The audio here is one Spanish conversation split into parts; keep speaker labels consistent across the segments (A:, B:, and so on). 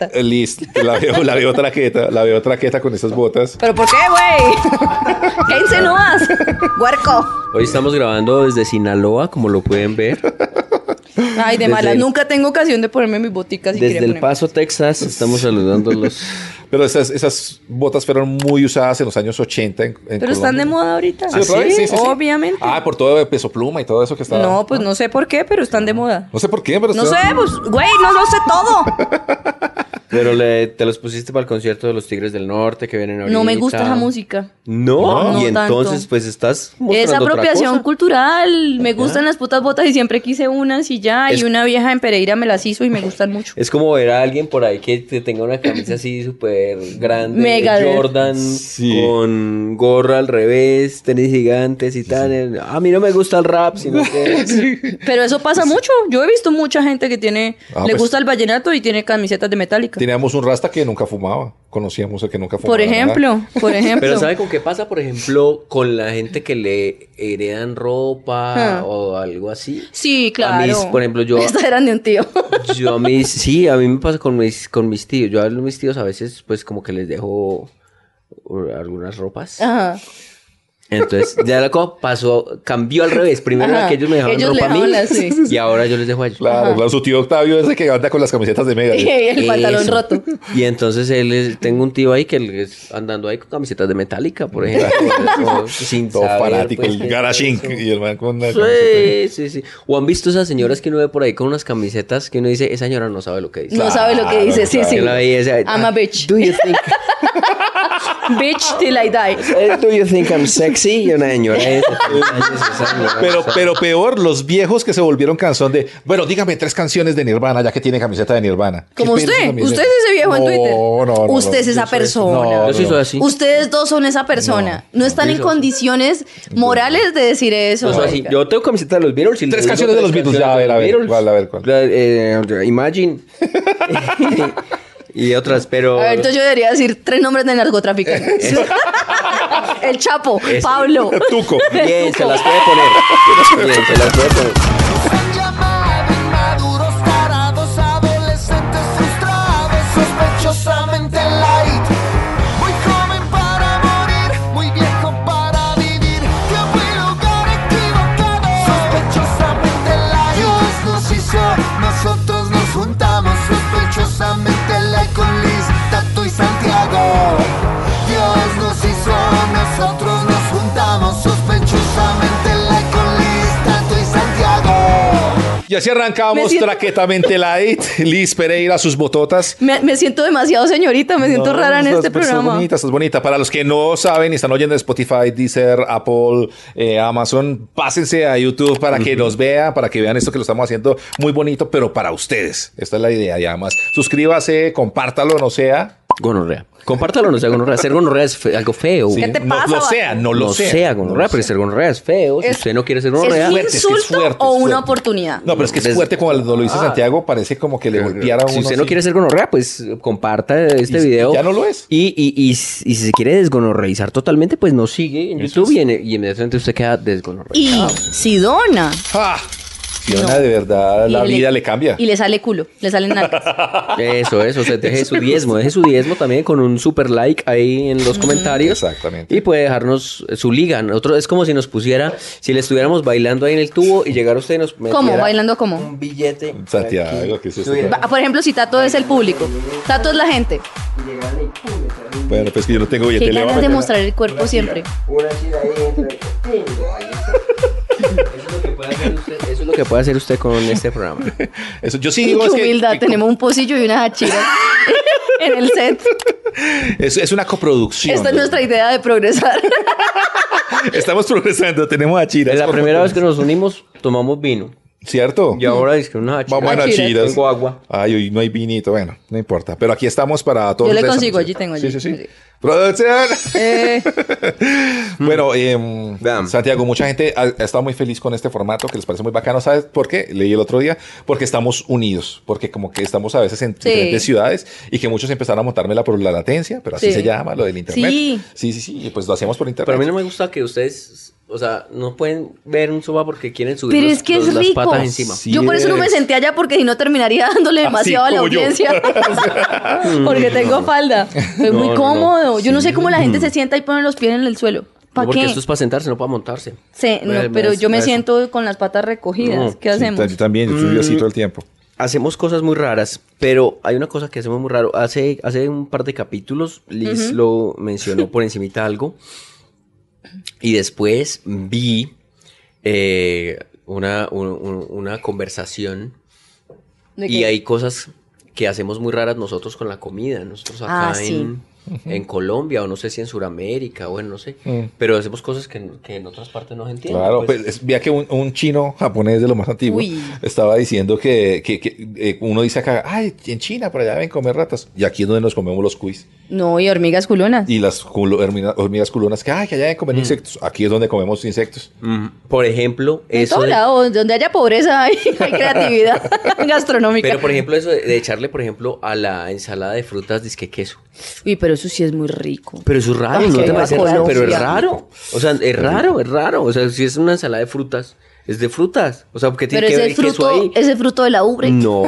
A: Eh, Listo, la veo, la veo traqueta, la veo traqueta con esas botas.
B: ¿Pero por qué, güey? ¿Qué insinúas? Huerco.
C: Hoy estamos grabando desde Sinaloa, como lo pueden ver.
B: Ay, de malas.
C: Desde-
B: Nunca tengo ocasión de ponerme mis boticas. y quería
C: Desde El
B: ponerme.
C: Paso, Texas, estamos saludándolos.
A: Pero esas, esas botas fueron muy usadas en los años 80. En, en
B: Pero están
A: Colombia.
B: de moda ahorita.
A: ¿Ah, ¿Sí, otra vez? Sí, sí, sí.
B: obviamente.
A: Ah, por todo de peso pluma y todo eso que estaba.
B: no, pues no sé por qué, pero están de moda.
A: No sé por qué, pero
B: No sé,
A: estaba-
B: pues, güey, no lo sé todo.
C: Pero le- te los pusiste para el concierto de los Tigres del Norte que vienen ahorita.
B: No me gusta esa música.
C: No,
B: No
C: y
B: tanto.
C: entonces pues estás
B: Es
C: mostrando otra
B: apropiación
C: cosa.
B: cultural. Me gustan las putas botas y siempre quise unas y ya.
C: Es-
B: Y una vieja en Pereira me las hizo y me gustan mucho.
C: Es como ver a alguien por ahí que te tenga una camisa así súper grande,
B: Mega de-
C: Jordan,
A: Sí.
C: con gorra al revés, tenis gigantes y tal. Ah, A mí no me gusta el rap, sino que...
B: Pero eso pasa mucho. Yo he visto mucha gente que tiene,
A: Ah,
B: le
A: pues.
B: gusta el vallenato y tiene camisetas de metálica.
A: Teníamos un rasta que nunca fumaba. Conocíamos el que nunca fumaba.
B: Por ejemplo, por ejemplo.
C: Pero ¿sabe con qué pasa, por ejemplo, con la gente que le heredan ropa
B: Ah.
C: o algo así?
B: Sí, claro.
C: A mis, por ejemplo, yo-
B: Estas eran de un tío.
C: Yo a mis, sí, a mí me pasa con mis, con mis tíos. Yo a mis tíos a veces pues como que les dejo uh, algunas ropas.
B: Ajá.
C: Entonces ya la cosa pasó, cambió al revés. Primero era
B: Ajá.
C: que ellos me dejaban
B: Ellos
C: ropa a
B: le
C: mí
B: daban las- sí.
C: y ahora yo les dejo a ellos.
A: Claro, claro, su tío Octavio ese que anda con las camisetas de Mega.
B: Y el pantalón
C: Eso.
B: roto.
C: Y entonces él es- tengo un tío ahí que le es- andando ahí con camisetas de metálica, por ejemplo. o- sin
A: Todo
C: saber,
A: fanático,
C: pues,
A: el
C: que-
A: Garage Inc. Y el man Ah, con una camiseta.
C: Sí, sí, sí. O han visto esas señoras que uno ve por ahí con unas camisetas que uno dice, esa señora no sabe lo que dice. Ah,
B: No sabe lo que
A: Claro,
B: dice. Sí,
A: claro.
B: sí.
C: Yo la veía y decía, "Ah,
B: I'm a bitch.
C: Do you think,
B: Bitch till I die.
C: eh, do you think I'm sexy? Y una señora de 70 años, esa señora, o
A: Pero,
C: sea,
A: pero peor, los viejos que se volvieron canción de, bueno, dígame tres canciones de Nirvana, ya que tiene camiseta de Nirvana.
B: Como
A: Qué
B: usted.
A: pereza, mi
B: Usted
A: vida.
B: es ese viejo en
A: No,
B: Twitter.
A: No, no,
B: Usted
A: no.
B: es esa persona.
A: No,
C: Yo sí
A: no.
C: soy así.
B: Ustedes dos son esa persona. No, están en
C: Yo soy así.
B: condiciones morales de decir eso.
C: Yo soy así.
B: marica.
C: Yo tengo camiseta de los Beatles. y le
A: Tres
C: digo
A: canciones de los Beatles, ya, a ver, a ver,
C: Beatles.
A: cuál, a ver, cuál.
C: La- eh, Imagine. y otras, pero...
B: A ver, entonces yo debería decir tres nombres de narcotraficantes. el Chapo, Pablo.
A: Tuco.
C: Bien, se las puede poner. Bien, se las puede poner.
D: Son llamados maduros, tarados, adolescentes frustrados, sospechosamente light. Muy joven para morir, muy viejo para vivir. Que fue lugar equivocado, sospechosamente light. Dios nos hizo, nosotros nos juntamos, sospechosamente light con Liz, Tato y Santiago. Dios nos hizo, nosotros nos juntamos, sospechosamente light con Liz, Tato y Santiago.
A: Y así arrancamos
B: Me siento-
A: traquetamente light. Liz Pereira, sus bototas.
B: Me, me siento demasiado señorita, me siento
A: No,
B: rara en
A: estás-
B: este
A: pues, Estás
B: programa.
A: bonita, estás bonita. Para los que no saben y están oyendo de Spotify, Deezer, Apple, eh, Amazon, pásense a YouTube para que nos vean, para que vean esto que lo estamos haciendo muy bonito, pero para ustedes. Esta es la idea. Y además, suscríbase, compártalo, no sea.
C: Gonorrea. Compártalo, no sea gonorrea. Ser gonorrea es fe- algo feo.
A: Sí,
B: ¿Qué te
A: no
B: pasa,
A: lo
B: vato?
A: sea, no
C: No
A: lo sea.
C: gonorrea,
A: No lo
C: pero
A: sea.
C: ser gonorrea es feo. Si
B: Es-
C: usted no quiere ser
B: ¿Es
C: gonorrea,
B: un
A: fuerte, es que es
B: insulto
A: fuerte,
B: o
A: es
B: una
A: fuerte.
B: oportunidad?
A: No, pero es que es
C: Des-
A: fuerte como lo dice
B: Ah.
A: Santiago, parece como que le golpeara a uno.
C: si usted no
A: así.
C: quiere ser gonorrea, pues comparta este
A: Y-
C: video.
A: ya no lo es.
C: Y, y, y, s- y si se quiere desgonorreizar totalmente, pues nos sigue en YouTube y, en- y inmediatamente usted queda desgonorreizado.
B: Y si dona.
A: ¡Ah! Fiona, de verdad, la
B: y
A: vida le cambia.
B: Y le sale culo, le salen nalgas.
C: Eso, eso. O sea, deje su diezmo. Deje su diezmo también con un super like ahí en
B: Mm.
C: los comentarios.
A: Exactamente.
C: Y puede dejarnos eh, su liga. Otro, es como si nos pusiera, si le estuviéramos bailando ahí en el tubo y llegara usted y nos metiera
B: ¿Cómo? ¿Bailando cómo?
C: un billete.
A: Santiago, ¿qué es este esto?
C: Tuviera-
B: Va- Por ejemplo, si Tato es el público. Tato es la gente.
A: Bueno, pues que yo no tengo
B: Qué
A: billete. le voy a
B: ganas de
A: meter la-
B: mostrar el cuerpo siempre.
C: Una chida ahí entra. Eso es lo que puede hacer usted- eso es lo que puede hacer usted con este programa.
A: Eso, yo sí
B: Y
A: digo
B: qué
A: es que-
B: humildad,
A: que-
B: tenemos un pocillo y una hachira en el set.
A: es, es una coproducción.
B: Esta es nuestra idea de progresar.
A: Estamos progresando, tenemos a Chiras.
C: Es la primera vez que nos unimos, tomamos vino.
A: ¿Cierto?
C: Y ahora es que una chida.
A: Vamos a
B: Achiras.
A: Chiras.
C: Tengo agua.
A: Ay, hoy no hay vinito, bueno, no importa. Pero aquí estamos para todos.
B: Yo le
A: ustedes,
B: consigo,
A: amigos.
B: allí tengo,
A: Sí, sí,
B: allí.
A: sí.
B: Sí.
A: ¡Producción!
B: Eh,
A: Bueno, em,
C: Damn.
A: Santiago, mucha gente ha, ha estado muy feliz con este formato que les parece muy bacano. ¿Sabes por qué? Leí el otro día. Porque estamos unidos. Porque como que estamos a veces en
B: Sí.
A: diferentes ciudades y que muchos empezaron a montármela por la latencia, pero así
B: Sí.
A: se llama, lo del internet.
B: Sí.
A: sí, sí. sí, Y pues lo hacíamos por internet.
C: Pero a mí no me gusta que ustedes O sea, no pueden ver un sofá porque quieren subir
B: Pero
C: los-
B: es que
C: los-
B: es
C: las
B: rico.
C: patas encima.
A: Sí
B: yo por eso no me
A: es.
B: senté allá porque si no terminaría dándole demasiado a la
A: como yo.
B: audiencia. porque tengo falda. Es
C: No, no,
B: muy
C: no.
B: cómodo. Yo no sé cómo la
A: Mm.
B: gente se sienta y pone los pies en el suelo.
C: No,
B: ¿Para
C: porque
B: qué?
C: esto es para sentarse, no para montarse.
B: Sí, no,
C: Ve- ve
B: pero
C: eso,
B: yo me
C: ve Pues, eso.
B: siento con las patas recogidas.
C: No,
B: ¿Qué hacemos?
A: Yo también, yo estoy así todo el tiempo.
C: Hacemos cosas muy raras, pero hay una cosa que hacemos muy raro. Hace, hace un par de capítulos, Liz lo mencionó por encimita algo. Y después vi eh, una, un- un- una conversación
B: ¿De
C: Y
B: qué?
C: hay cosas que hacemos muy raras nosotros con la comida. Nosotros acá
B: Ah, sí.
C: en, en Colombia, o no sé si en Sudamérica, bueno, no sé. Pero hacemos cosas que, en- que en otras partes no se entienden.
A: Mm. Claro,
C: pues.
A: pues, es- vea que un, un chino japonés de lo más antiguo
B: Uy.
A: estaba diciendo que, que- que, eh, uno dice acá, ay, en China por allá ven comer ratas. Y aquí es donde nos comemos los cuis.
B: No, y hormigas culonas.
A: Y las culo- hermina- hormigas culonas que, ay, que allá ven comer insectos. Aquí es donde comemos insectos.
C: Mm, Por ejemplo,
B: En
C: eso.
B: todos
C: de-
B: lados, donde haya pobreza hay, hay creatividad gastronómica.
C: pero por ejemplo, eso de, de echarle, por ejemplo, a la ensalada de frutas disque queso.
B: Uy, pero eso sí es muy rico.
C: Pero eso es raro,
B: Ay,
C: ¿no
B: qué
C: te parece
B: rico,
C: raro?
B: ¿no?
C: Pero
B: Ah, Sí,
C: es
B: a mí.
C: raro. O sea, es raro, es raro. O sea, si es una ensalada de frutas, es de frutas. O sea, porque tiene
B: Pero
C: que ver
B: ese
C: el queso
B: fruto,
C: ahí.
B: ese fruto de la ubre.
C: No.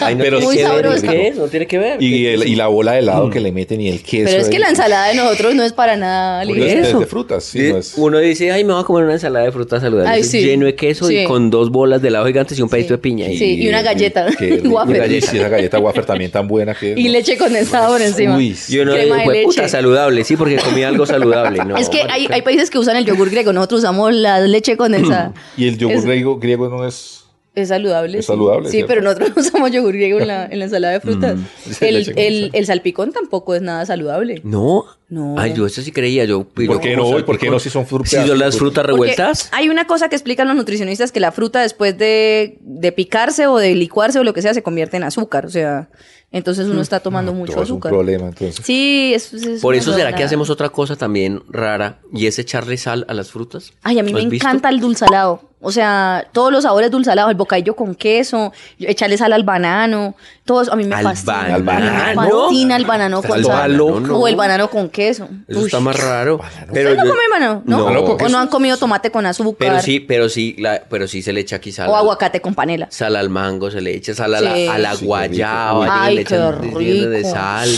C: Ay, no
A: Pero
C: tiene
B: sí
C: que
B: es
C: ver el
B: sabroso.
C: queso, no tiene que ver.
A: Y,
C: ¿Qué-
A: el- y la bola de helado que le meten y el queso.
B: Pero es
A: ahí.
B: que la ensalada de nosotros no es para nada
A: Uy, es-
B: libre.
A: Pues es
C: Eso.
A: de frutas, sí,
C: Sí,
A: no es-
C: Uno dice, ay, me voy a comer una ensalada de frutas saludables
B: Ay, sí.
C: lleno de queso
B: Sí.
C: y con dos bolas de helado gigantes y un pedito de piña.
B: Sí, y una galleta,
A: qué rico.
B: wafer.
A: Uy, sí, esa galleta wafer también tan buena que...
B: Y leche condensada por encima.
A: Uy, sí.
C: Y uno
B: Crema de
C: dice, puta,
B: leche.
C: saludable, sí, porque comí algo saludable. No,
B: es que hay,
C: marica.
B: hay países que usan el yogur griego, nosotros usamos la leche condensada.
A: Y el yogur
B: Es-
A: griego, griego no es...
B: Es saludable.
A: Es
B: sí.
A: saludable,
B: Sí,
A: ¿cierto? Mm,
B: pero nosotros no usamos yogur griego en la, en la ensalada de frutas.
A: Sí, leche
B: El, el,
A: condensada.
B: el salpicón tampoco es nada saludable.
C: No.
B: No.
C: Ay, yo eso sí creía. Yo,
A: ¿Por qué no? ¿Y por qué no si son frutas?
C: frutas? Si son las frutas
B: Porque
C: revueltas.
B: Hay una cosa que explican los nutricionistas que la fruta después de, de picarse o de licuarse o lo que sea se convierte en azúcar. O sea, entonces uno está tomando mucho
A: Mm. Todo es un
B: azúcar.
A: problema, entonces.
B: Sí, eso es
C: Por
B: una
C: eso será
B: huevonada.
C: que hacemos otra cosa también rara y es echarle sal a las frutas.
B: Ay, a mí
C: ¿Lo
B: me
C: has visto?
B: encanta el dulzalado. O sea, todos los sabores dulzalados, el bocadillo con queso, echarle sal al banano, todos a mí me
C: ¿Al
B: fascina.
A: Al
B: A mí me
C: banano?
B: fascina el banano
C: Al
B: con sal.
C: banano, no.
B: O el banano con queso.
C: Eso
B: Uy.
C: está más raro. Pero
B: ¿Ustedes no
C: yo-
B: comen banano? ¿No?
A: No.
B: ¿O no han comido tomate con azúcar?
C: Pero sí, pero sí, la- pero sí se le echa aquí sal.
B: O
C: al-
B: aguacate con panela.
C: Sal al mango se le echa, sal a la,
B: Sí.
C: a la
A: Sí, qué rico.
C: guayaba,
B: Ay,
C: le
B: qué
C: echan dientes de
B: rico.
C: sal,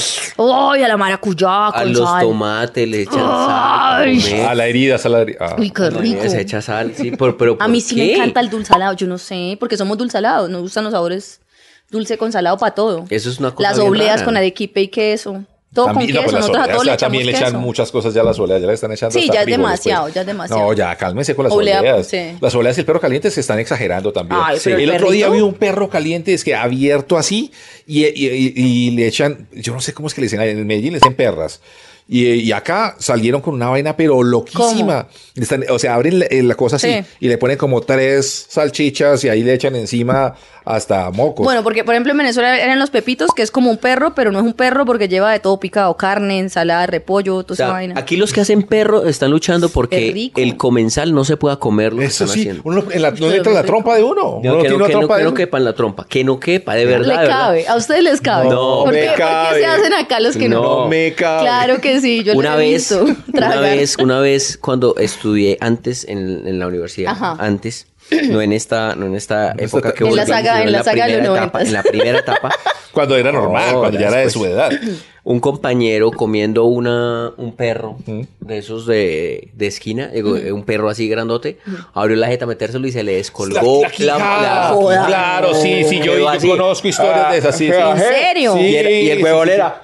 B: ¡Ay, a la maracuyá
C: a
B: con
C: los
B: sal!
C: tomates le echan
B: Ay.
C: sal.
A: A
C: para comer.
A: la herida, a la herida. Ah.
B: ¡Uy, qué rico!
C: Se echa sal, sí, pero, pero
B: A
C: ¿por
B: mí sí me
C: qué?
B: encanta el dulzalado, yo no sé, porque somos dulzalados, nos gustan los sabores dulce con salado para todo.
C: Eso es una cosa
B: Las
C: bien
B: obleas
C: rara.
B: con arequipe y queso. Todo
A: También-
B: con
A: no,
B: queso,
A: pues las
B: nosotros a
A: obleas
B: todo
A: ya
B: le echamos
A: también le
B: queso.
A: echan muchas cosas ya a las oleas, ya le están echando
B: Sí,
A: hasta
B: ya es
A: frijoles,
B: demasiado,
A: pues.
B: ya es demasiado.
A: No, ya cálmense con las
B: Olea,
A: oleas.
B: sí.
A: Las oleas y el perro caliente se están exagerando también.
B: Ay, pero
A: el,
B: el
A: otro día vi
B: perrito.
A: un perro caliente es que abierto así y, y- y- y le echan, yo no sé cómo es que le dicen, en Medellín le dicen perras. Y, y acá salieron con una vaina pero loquísima. Están- o sea, abren la, la cosa así
B: Sí.
A: y le ponen como tres salchichas y ahí le echan encima hasta mocos.
B: Bueno, porque por ejemplo en Venezuela eran los pepitos, que es como un perro, pero no es un perro porque lleva de todo picado, carne, ensalada, repollo, toda
C: O sea,
B: esa vaina.
C: aquí los que hacen perro están luchando
B: Qué
C: porque
B: rico.
C: el comensal no se pueda comer lo que
A: Eso
C: están
A: sí,
C: haciendo.
A: uno, en la, no
B: Pero
A: entra
B: qué
A: la
B: rico.
A: trompa de uno.
C: No,
A: uno
C: que
A: tiene
C: no,
A: la
C: que, no,
A: trompa
C: que
A: de
C: no
A: uno.
C: quepa en la trompa, que no quepa, de verdad.
B: le
C: de verdad.
B: cabe, a ustedes les cabe.
C: No,
B: ¿Por,
A: me
B: qué, por qué
A: cabe.
B: se hacen acá los que no?
A: No me cabe.
B: Claro que sí, yo
C: una
B: les he
C: vez,
B: visto
C: una
B: tragar.
C: vez, una vez cuando estudié antes en, en la universidad,
B: Ajá.
C: antes, no en esta, no en esta época que
A: En
B: la
C: volví,
B: saga-
C: sino
B: en la saga de
C: primera
B: los
C: etapa,
B: noventas.
C: en la primera etapa,
A: Cuando era normal,
C: No,
A: cuando ya
C: ya
A: era de su
C: Oh, después.
A: edad.
C: un compañero comiendo una, un perro de esos de, de esquina, digo, un perro así grandote, abrió la jeta a metérselo y se le descolgó
A: La- la quijada.
B: Joda.
A: Claro, sí, sí, yo,
C: Quedó
A: yo
C: así.
A: conozco historias de esas. Sí, sí.
C: Ah.
B: ¿En serio?
A: Sí,
C: Y el, y el
A: sí,
C: huevón
A: sí,
C: era.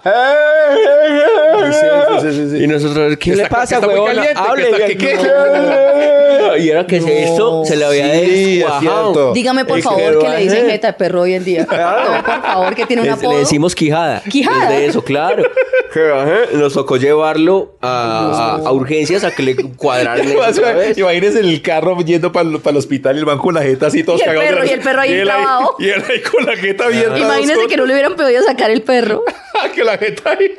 A: Sí, sí, sí, sí, sí.
C: Y nosotros, ¿qué
A: Está-
C: le pasa,
A: está muy
C: huevón?
A: caliente, que
C: Hable.
A: está- que- que-
C: Y era que se- esto se le había
A: sí, es
C: descuajado.
A: cierto.
B: Dígame por
C: Es que
B: favor
C: lo
B: que le dicen
C: hacen.
B: jeta de perro hoy en día. No, por favor, que tiene un
C: Le-
B: apodo.
C: Le decimos quijada.
B: ¿Quijada?
C: Desde eso, claro. Que, ajá, Nos tocó llevarlo a, a urgencias a que le cuadraran. eso otra vez.
A: Imagínense el carro yendo para el hospital y el man con la jeta así todos
B: Y el
A: cagados.
B: perro,
A: de la-
B: y el perro ahí
A: él
B: clavado.
A: Y él ahí con la jeta abierta.
B: Imagínense que no le hubieran podido sacar el perro.
A: no. que la jeta ahí.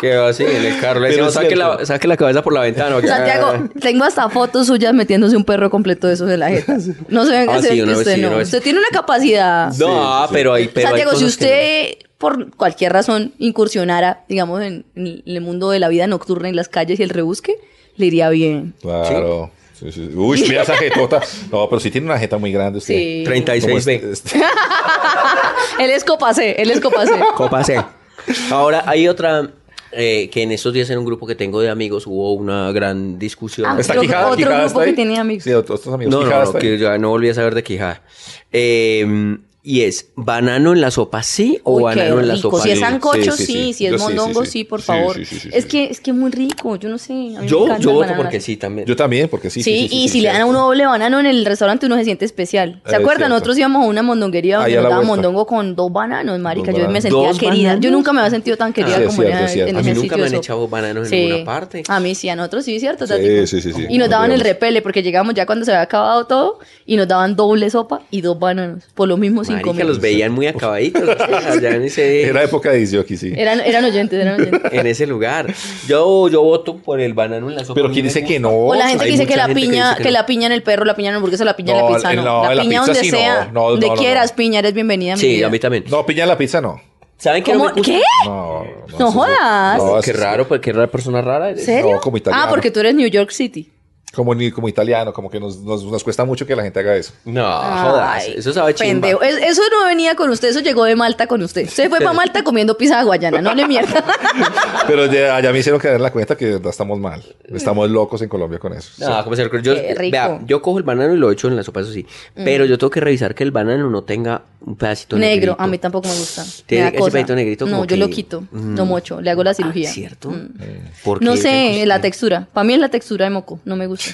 C: Quedó así en el carro. Le
A: Pero
C: decimos,
A: es
C: saque
A: cierto.
C: la, saque la cabeza por la ventana. que-
B: Santiago, tengo hasta fotos suyas metiéndose un perro completo de esos de la jeta. No se venga
C: Ah,
B: a hacer
C: sí,
B: que
C: una vez
B: usted
C: sí, una
B: no.
C: vez.
B: Usted tiene una capacidad.
C: No, ah, pero hay. Pero hay
B: Santiago, si
C: cosas que no.
B: usted por cualquier razón incursionara, digamos, en, en el mundo de la vida nocturna y las calles y el rebusque, le iría bien.
A: Claro. Sí, sí. Uy, mira esa jetota. No, pero sí tiene una jeta muy grande. Usted.
B: Sí.
A: Como este-
C: 36B.
A: este-
B: Él es copacé, él es copacé.
C: Copa C. Ahora, hay otra eh, que en estos días en un grupo que tengo de amigos hubo una gran discusión.
B: Ah,
A: Está
B: Otro-
A: quijada,
B: otro
A: quijada
B: grupo
A: está
B: que
A: ahí.
B: tenía amigos.
A: Sí, otro- otros amigos.
C: No, no,
A: Quijada
C: no,
A: está ahí.
C: que ya no volví a saber de Quijada. Eh, y es, ¿banano en la sopa sí o
B: Uy, qué
C: banano en la
B: rico.
C: sopa
B: Si es
A: Sí,
B: sancocho,
A: sí,
B: sí,
A: sí, sí.
B: Si es
A: Yo sí, sí,
B: mondongo,
A: sí.
B: sí, por
A: Sí,
B: favor.
A: sí, sí, sí,
B: es
A: sí.
B: que es que muy rico, yo no sé. a mí me
C: Yo,
B: encantan
C: yo voto
B: bananas.
C: porque sí también.
A: Yo también, porque sí.
B: Sí, y si le dan a uno doble banano en el restaurante uno se siente especial. ¿Se
A: Es
B: acuerdan?
A: cierto.
B: Nosotros íbamos a una mondonguería
A: Ahí
B: donde
A: a
B: nos
A: la
B: daban
A: vuelta.
B: mondongo con dos bananos, marica.
A: Dos
B: yo me
A: bananos.
B: sentía
C: ¿Dos
B: querida. Yo
C: bananos?
B: nunca me había sentido tan querida
A: Ah, sí, es
B: como
A: cierto,
B: en-
A: es cierto.
B: en
A: A
C: mí
B: ese
C: nunca
B: sitio
C: me han
B: de
C: echado
B: sopa.
C: bananos en ninguna parte.
B: A mí sí, a nosotros sí, ¿cierto?
A: Sí,
B: Tático?
A: sí, sí, sí.
B: Y nos daban el
A: Digamos.
B: repele porque llegamos ya cuando se había acabado todo y nos daban doble sopa y dos bananos por los mismos cinco
C: Marica,
B: mil.
C: los veían muy acabaditos. o sea, ya en
B: eh,
C: ese,
A: Era época de Disjockey, sí.
B: Eran, eran oyentes, eran oyentes.
C: en ese lugar. Yo, yo voto por el banano en la sopa.
A: Pero
C: a mí
A: quién
C: me
A: dice que no.
C: gusta.
B: O la gente
A: Hay
B: que dice
A: mucha
B: que la
A: gente
B: piña,
A: dice
B: que,
A: no.
B: la piña en el perro, la piña en la hamburguesa, la piña en
A: No,
B: la pizza,
A: el-
B: no.
A: no,
B: la,
A: en la
B: piña
A: pizza
B: donde
A: sí, no.
B: sea,
A: No, no,
B: donde
A: no, no.
B: quieras piña, eres bienvenida. mi
C: Sí,
B: vida.
C: a mí también.
A: No, piña en la pizza no.
C: ¿Saben qué
B: ¿Cómo?
C: no me gusta?
B: ¿Qué?
A: No, no,
B: No
A: eso-
B: jodas.
A: no, eso
C: qué
A: es
C: raro, porque rara persona rara eres.
B: ¿Serio?
A: No, como italiano.
B: Ah, porque tú eres New York City.
A: Como, ni- como italiano, como que nos, nos, nos cuesta mucho que la gente haga eso.
C: No, Ah, jodas.
B: Ay,
C: Eso sabe chimba.
B: pendejo. Es- eso no venía con usted, eso llegó de Malta con usted. Usted fue para Malta comiendo pizza hawaiana, no le mierda.
A: Pero ya, ya me hicieron caer en la cuenta que de verdad estamos mal. Estamos locos en Colombia con eso.
C: No, ¿cómo se recuerda? yo,
B: Qué rico. Mm.
C: vea, yo cojo el banano y lo echo en la sopa, eso sí. Pero yo tengo que revisar que el banano no tenga un pedacito
B: Negro,
C: negrito.
B: a mí tampoco me gusta. Me
C: Tiene
B: da
C: ese
B: cosa.
C: pedacito negrito
B: No,
C: como
B: yo
C: que-
B: lo quito, lo
C: Mm.
B: mocho, le hago la cirugía.
C: Ah, ¿Cierto?
B: Mm.
C: ¿Por
B: No
C: qué?
B: sé, la textura. Para mí es la textura de moco, no me gusta.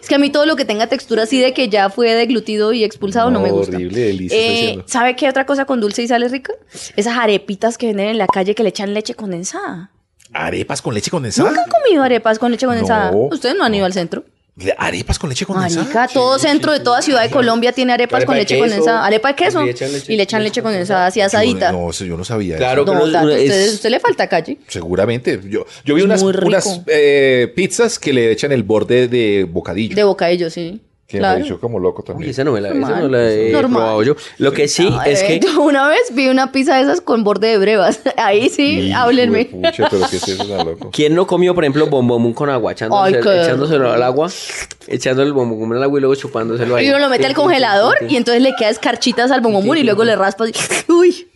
B: Es que a mí todo lo que tenga textura así de que ya fue deglutido y expulsado no,
A: No,
B: me gusta.
A: horrible, delicia, está
B: Eh,
A: diciendo.
B: ¿Sabe qué otra cosa con dulce y sale rica? Esas arepitas que venden en la calle que le echan leche condensada.
A: ¿Arepas con leche condensada?
B: ¿Nunca han comido arepas con leche condensada?
A: No.
B: Ustedes no han ido al centro.
A: ¿De ¿Arepas con leche condensada?
B: Marica, todo centro de toda ciudad de Colombia tiene arepas
C: Arepa
B: con
C: de
B: leche
C: queso,
B: condensada. Arepa de queso.
C: y le echan leche-
B: Y le echan leche
C: leche
B: condensada así
A: Yo-
B: asadita.
A: No, eso yo no sabía.
C: Claro.
A: eso.
C: pero
B: No,
C: no,
B: tato,
C: no, es-
B: ustedes- usted le falta calle.
A: Seguramente. Yo, yo vi
B: Es
A: unas,
B: muy rico.
A: unas eh, pizzas que le echan el borde de bocadillo.
B: De bocadillo, sí.
A: que
B: Claro.
A: me pareció como loco
C: Uy,
A: también.
C: esa no me la, esa
B: Normal.
C: no la he
B: Normal.
C: probado yo. Lo que sí
B: Ah,
C: es
B: eh,
C: que...
B: yo una vez vi una pizza de esas con borde de brevas. Ahí sí,
A: Hijo de
B: háblenme.
A: Pucha, pero qué es eso tan loco.
C: ¿Quién no comió, por ejemplo, bombomún con agua?
B: Ay,
C: Echándose,
B: qué
C: echándoselo al agua, echando el bombomún al agua y luego chupándoselo ahí.
B: Y uno lo mete al congelador y entonces le queda escarchitas al bombomón y luego le raspas. y- Uy,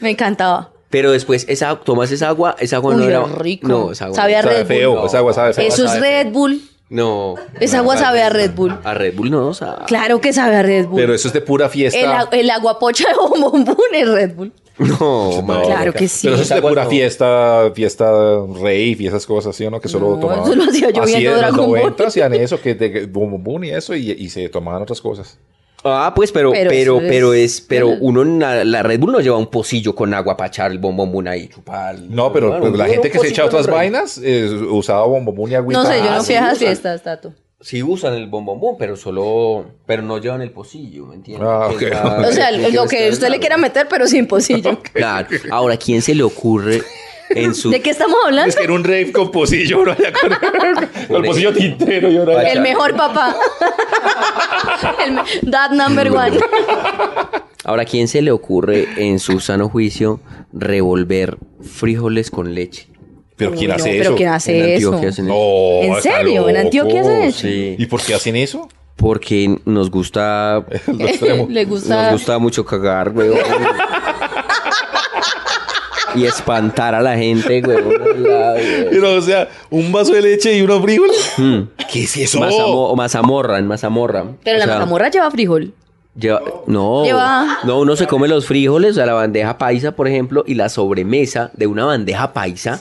B: me encantaba.
C: Pero después, esa, tomas esa agua, esa agua
B: Uy,
C: no
B: era
C: era...
B: rico.
C: No, esa agua...
B: Sabía
A: Sabe
B: Red Bull.
A: feo,
C: No.
A: esa agua sabe feo.
B: Eso es
A: sabe
B: Red Bull.
C: No.
B: Esa agua sabe a Red Bull.
C: A Red Bull no, o sea...
B: Claro que sabe a Red
A: feo. Pero
B: Bull.
A: eso es de pura fiesta.
B: El, a- el aguapocha de bombomón es Red Bull.
C: No,
A: No,
C: marica.
B: Claro que sí.
A: Pero eso es de
C: Agua
A: pura
C: no.
A: fiesta, fiesta rave y esas cosas, ¿sí o no? Que solo
B: No,
A: tomaban.
B: eso lo hacía yo
A: Así
B: viendo
A: en los
B: Dragon Ball.
A: 90 hacían eso, que de bum bum bum y eso, y, y se tomaban otras cosas.
C: Ah, pues, pero,
B: Pero
C: pero,
B: eso
C: pero,
B: es-
C: es, pero uno en la, la Red Bull no lleva un pocillo con agua para echar el bombombón ahí, chupar.
A: No, pero
C: Bueno,
A: pues, la
C: uno
A: gente
C: un
A: que se echa
C: pocillo
A: otras
C: no trae.
A: vainas eh, usaba bum bum bum y agüita.
B: No sé, yo
A: Ah,
B: no
A: sí.
B: fui a esas
C: usan.
B: fiestas, Tato.
C: Sí usan el bombombón, pero solo, pero no llevan el pocillo, ¿me entiendes?
A: Ah,
C: Que
A: ok.
C: es la-
B: O sea,
C: que
B: lo que
C: está
B: usted
C: en
B: le
C: la-
B: quiera meter, pero sin pocillo.
C: Claro. Ahora, ¿quién se le ocurre en su
B: ¿De qué estamos hablando?
A: Es que era un rave con pocillo, bro, allá con, con el pocillo tintero y ahora.
C: Vaya.
B: El mejor papá. El me- Dad number one.
C: Ahora, ¿quién se le ocurre en su sano juicio revolver frijoles con leche?
A: Pero ¿quién
B: Uy, no,
A: hace
B: pero
A: eso?
B: ¿quién hace eso?
C: Antioquia hacen
A: No,
B: ¿En
A: está
B: serio? ¿En
A: loco.
B: Antioquia hacen eso?
C: Sí.
A: ¿Y por qué hacen eso?
C: Porque nos gusta
A: Lo extremo.
B: Le gusta.
C: Nos gusta mucho cagar, weón. y espantar a la gente, weón. La-
A: Pero, o sea, un vaso de leche y unos frijoles.
C: Mm.
A: ¿Qué es eso?
C: Mazamo- o mazamorra, en mazamorra.
B: Pero
C: O
B: la
C: sea,
B: mazamorra lleva frijol.
C: lleva- no,
B: Lleva-
C: no, uno se come los frijoles, o sea, la bandeja paisa, por ejemplo, y la sobremesa de una bandeja paisa,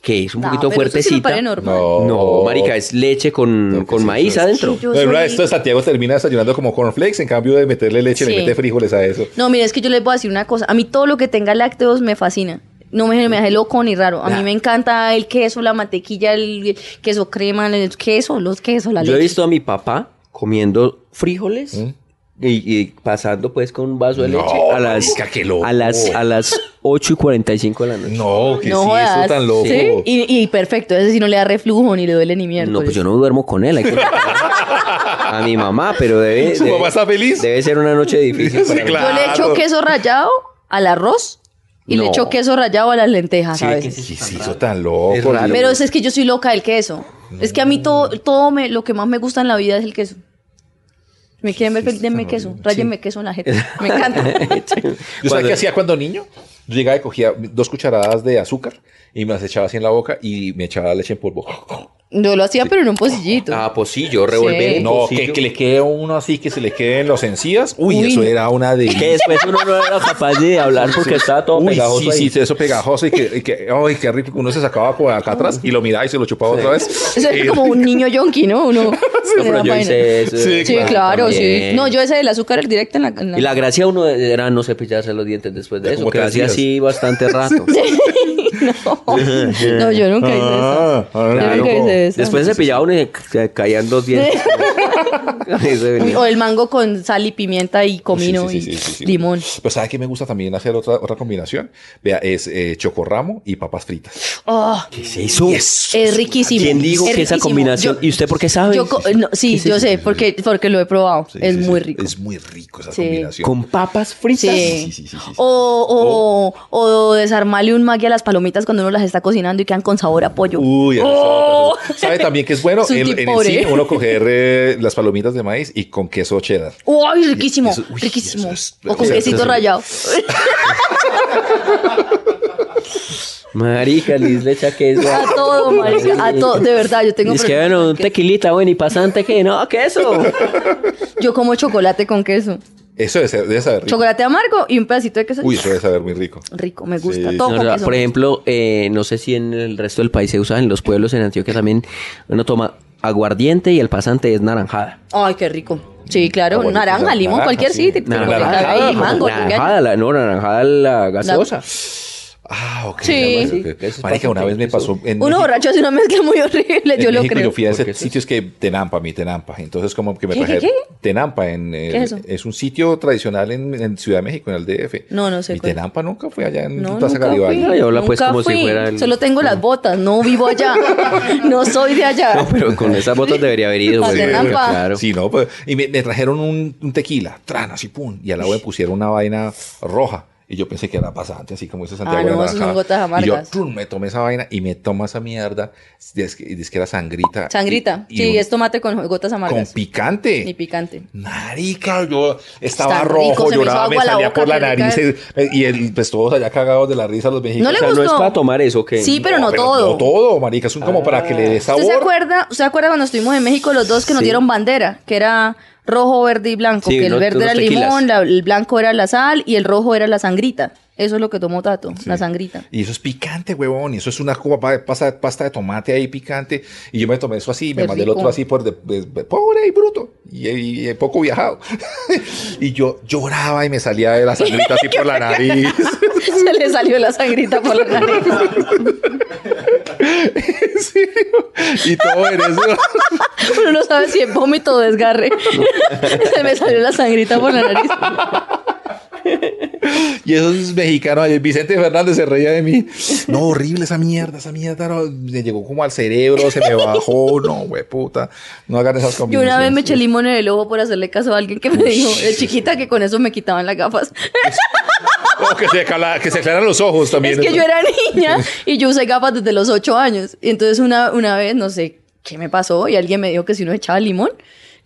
C: que es un
B: No,
C: poquito
B: pero eso sí me
C: fuertecita.
B: parece normal.
A: No.
C: No, marica, es leche
A: No,
C: con,
A: que
C: con
A: sí,
C: maíz
A: sí.
C: adentro.
B: Sí, yo
A: Pero,
B: soy-
A: esto de Santiago termina desayunando como cornflakes, en cambio de meterle leche,
B: Sí.
A: le mete frijoles a eso.
B: No, mire, es que yo les voy a decir una cosa. A mí todo lo que tenga lácteos me fascina. No me, me hace loco ni raro. A mí
C: Ya.
B: me encanta el queso, la mantequilla, el queso crema, el queso, los quesos, la
C: Yo he
B: leche.
C: visto a mi papá comiendo frijoles y, y pasando pues con un vaso de
A: ¿Mm? No,
C: leche a las,
A: marica, qué loco.
C: a las a las 8 y 45 de la noche.
A: No, que
B: no
A: sí,
B: jodas.
A: eso tan loco.
B: ¿Sí? Y, y perfecto, ese sí no le da reflujo ni le duele ni mierda.
C: No, pues yo no duermo con él. hay que- a mi mamá, pero debe,
A: ¿Su
C: debe-
A: papá está feliz?
C: debe ser una noche difícil.
A: Sí,
C: para mí.
A: claro.
B: Yo le echo queso rallado al arroz Y le
A: No.
B: echo queso rallado a las lentejas,
C: Sí,
B: a
C: ¿de
B: veces.
C: qué es
A: ¿Qué
C: eso
A: es
C: tan
A: eso
C: raro?
A: tan loco?
C: Es raro.
B: Pero es, es que yo soy loca del queso. Es que a mí todo, todo me, lo que más me gusta en la vida es el queso. Me quieren ver,
A: Sí, sí,
B: denme
A: está
B: queso,
A: horrible.
B: rayenme queso en la gente. Me encanta.
A: ¿Yo sabía qué hacía cuando niño? Yo llegaba y cogía dos cucharadas de azúcar y me las echaba así en la boca y me echaba leche en polvo.
B: Yo lo hacía, pero en un pocillito.
C: Ah, pocillo, revolver.
B: Sí.
C: un
A: No,
C: pocillo.
A: que, que le quede uno así, que se le queden los encías. Uy,
B: Uy.
A: eso era una de...
C: Que después uno no era capaz de hablar porque estaba todo
A: Uy,
C: pegajoso
A: sí,
C: ahí.
A: sí, eso pegajoso y que, y que- ay, qué rico que uno se sacaba por acá atrás y lo miraba y se lo chupaba otra vez.
B: Eso
A: Eh,
B: es como un niño yonki, ¿no? Uno,
C: No, pero yo hice eso. eh,
A: Sí,
B: Sí, claro, sí.
C: también.
B: No, yo ese del azúcar el directo en la... en la-
C: Y la gracia uno era no cepillarse los dientes después de
A: Ya,
C: eso,
A: como
C: que
A: tres
C: hacía
A: días.
C: así bastante rato.
B: no, yo nunca hice eso.
A: ah, ah,
B: Claro.
A: no.
B: que hice eso.
C: Después se pillaba uno y se caían dos dientes. Eso venía.
B: O el mango con sal y pimienta y comino
A: Sí, sí, sí, sí, sí, sí.
B: y limón.
A: Pero ¿sabes qué me gusta también hacer otra, otra combinación? Vea, es eh, chocorramo y papas fritas.
B: Ah,
C: ¿Qué es eso?
B: es riquísimo.
C: ¿Quién dijo
B: es
C: que esa
B: riquísimo.
C: combinación?
B: Yo-
C: ¿Y usted por qué sabe?
B: yo co- no, sí, yo sé, porque, porque lo he probado.
A: Sí,
B: es
A: sí, sí.
B: muy rico.
A: Es muy rico esa
B: Sí.
A: combinación.
C: Con papas
B: Sí.
C: fritas.
A: sí, sí, sí, sí.
B: O, o, o desarmarle un magui a las palomitas cuando uno las está cocinando y quedan con sabor a pollo.
A: Uy, eso es
B: Oh.
A: otra cosa. ¿sabe también que es bueno?
B: Su
A: En, en el
B: tipore.
A: cine uno coger eh, las palomitas de maíz y con queso cheddar.
B: ¡Uy, riquísimo!
A: Eso- uy,
B: riquísimo.
A: eso es-
B: o con
A: eso es-
B: quesito rallado.
C: Marica, Liz le echa queso.
B: A todo, marica. A todo. De verdad, yo tengo
C: Es que
B: problemas
C: bueno, un
B: con queso.
C: tequilita, bueno, y pasante que no, queso.
B: Yo como chocolate con queso.
A: Eso debe, ser- debe saber rico.
B: Chocolate amargo y un pedacito de queso.
A: Uy, eso debe saber muy rico.
B: Rico, me gusta.
A: Sí.
B: Todo
C: No,
B: con
C: verdad,
B: queso.
C: por ejemplo, eh, no sé si en el resto del país se usa, en los pueblos en Antioquia también uno toma aguardiente y el pasante es naranjada.
B: Ay, qué rico. Sí, claro.
A: Aguardiente,
B: naranja,
A: pues, naranja,
B: limón, cualquier
A: sí.
B: sitio.
A: Naranja.
B: Naranjada.
A: Naranjada,
B: mango, lo que haya.
C: naranjada, la, no, naranjada la gaseosa.
A: Ah, ok.
B: Sí.
A: ya, ok, ok.
C: Sí.
A: Marica, una vez me pasó en
B: Uno
A: México-
B: borracho hace una mezcla muy horrible,
A: en
B: yo lo
A: México
B: creo.
A: Yo fui a
C: ¿Por qué?
A: esos sitios que Tenampa, mi Tenampa. Entonces, como que me
B: ¿Qué, qué,
A: traje
B: qué?
A: Tenampa en eh,
B: ¿Qué es eso?
A: un sitio tradicional en, en Ciudad de México, en el DF.
B: No, no sé
A: Mi
B: cuál.
A: Tenampa nunca fue allá en
B: No,
A: Plaza
B: nunca
A: Garibaldi.
B: fui.
C: Yo habla, pues,
B: Nunca
C: como si
B: fui.
C: fuera el-
B: Solo tengo
A: Mm.
B: las botas, no vivo allá. no soy de allá.
C: No, pero con esas botas debería haber ido.
B: Para
C: güey,
B: tener hampa.
C: claro.
A: Sí, no, pues, y me, me trajeron un, un tequila, tran, así pum, y al lado me pusieron una vaina roja. Y yo pensé que era pasante, así como ese Santiago
B: Ah, no,
A: de la
B: esos son
A: Naranjada.
B: gotas
A: Y yo
B: amargas.
A: trun, me tomé esa vaina y me tomo esa mierda. Dice que, dice que era sangrita.
B: Sangrita.
A: Y- y
B: sí,
A: un-
B: es tomate con gotas
A: Con
B: amargas.
A: picante.
B: Ni picante.
A: Marica, yo estaba
B: Está rico,
A: rojo,
B: se me hizo
A: lloraba, me,
B: agua la
A: salía
B: boca,
A: por la
B: qué
A: nariz
B: rica
A: eh, y el, pues todos allá cagados de la risa los mexicanos.
B: No le
C: O sea, no es
B: gustó.
C: para tomar eso, que
B: Sí, pero no todo.
A: No todo, marica, es un como para que le dé sabor.
B: ¿Usted se acuerda, usted se acuerda cuando estuvimos en México los dos que nos
C: Sí.
B: dieron bandera? Que era rojo, verde y blanco.
C: Sí,
B: que el
C: unos-
B: verde era el
C: unos tequilas.
B: limón, la- el blanco era la sal y el rojo era la sangrita. Eso es lo que tomó Tato, la sangrita.
A: Y eso es picante, huevón. Y eso es una copa pa- pasta, pasta de tomate ahí picante. Y yo me tomé eso así y me
B: Qué
A: mandé el
B: rico.
A: otro así por de- de- de- pobre y bruto. Y, y- y poco viajado. y yo lloraba y me salía de la sangrita así por la nariz.
B: se le salió la sangrita por la nariz.
A: En serio. y todo en eso.
B: Uno no sabe si es vómito o desgarre. se me salió la sangrita por la nariz.
A: Y esos mexicanos, ay, Vicente Fernández se reía de mí. No, horrible esa mierda, esa mierda no, me llegó como al cerebro, se me bajó. No, güey, puta. No hagan esas
B: Yo
A: combinaciones.
B: una vez me eché limón en el ojo por hacerle caso a alguien que me dijo de chiquita que con eso me quitaban las gafas.
A: O que se, cala- que se aclaran los ojos también.
B: Es que
A: eso.
B: yo era niña y yo usé gafas desde los ocho años. Y entonces una, una vez, no sé qué me pasó, y alguien me dijo que si uno echaba limón,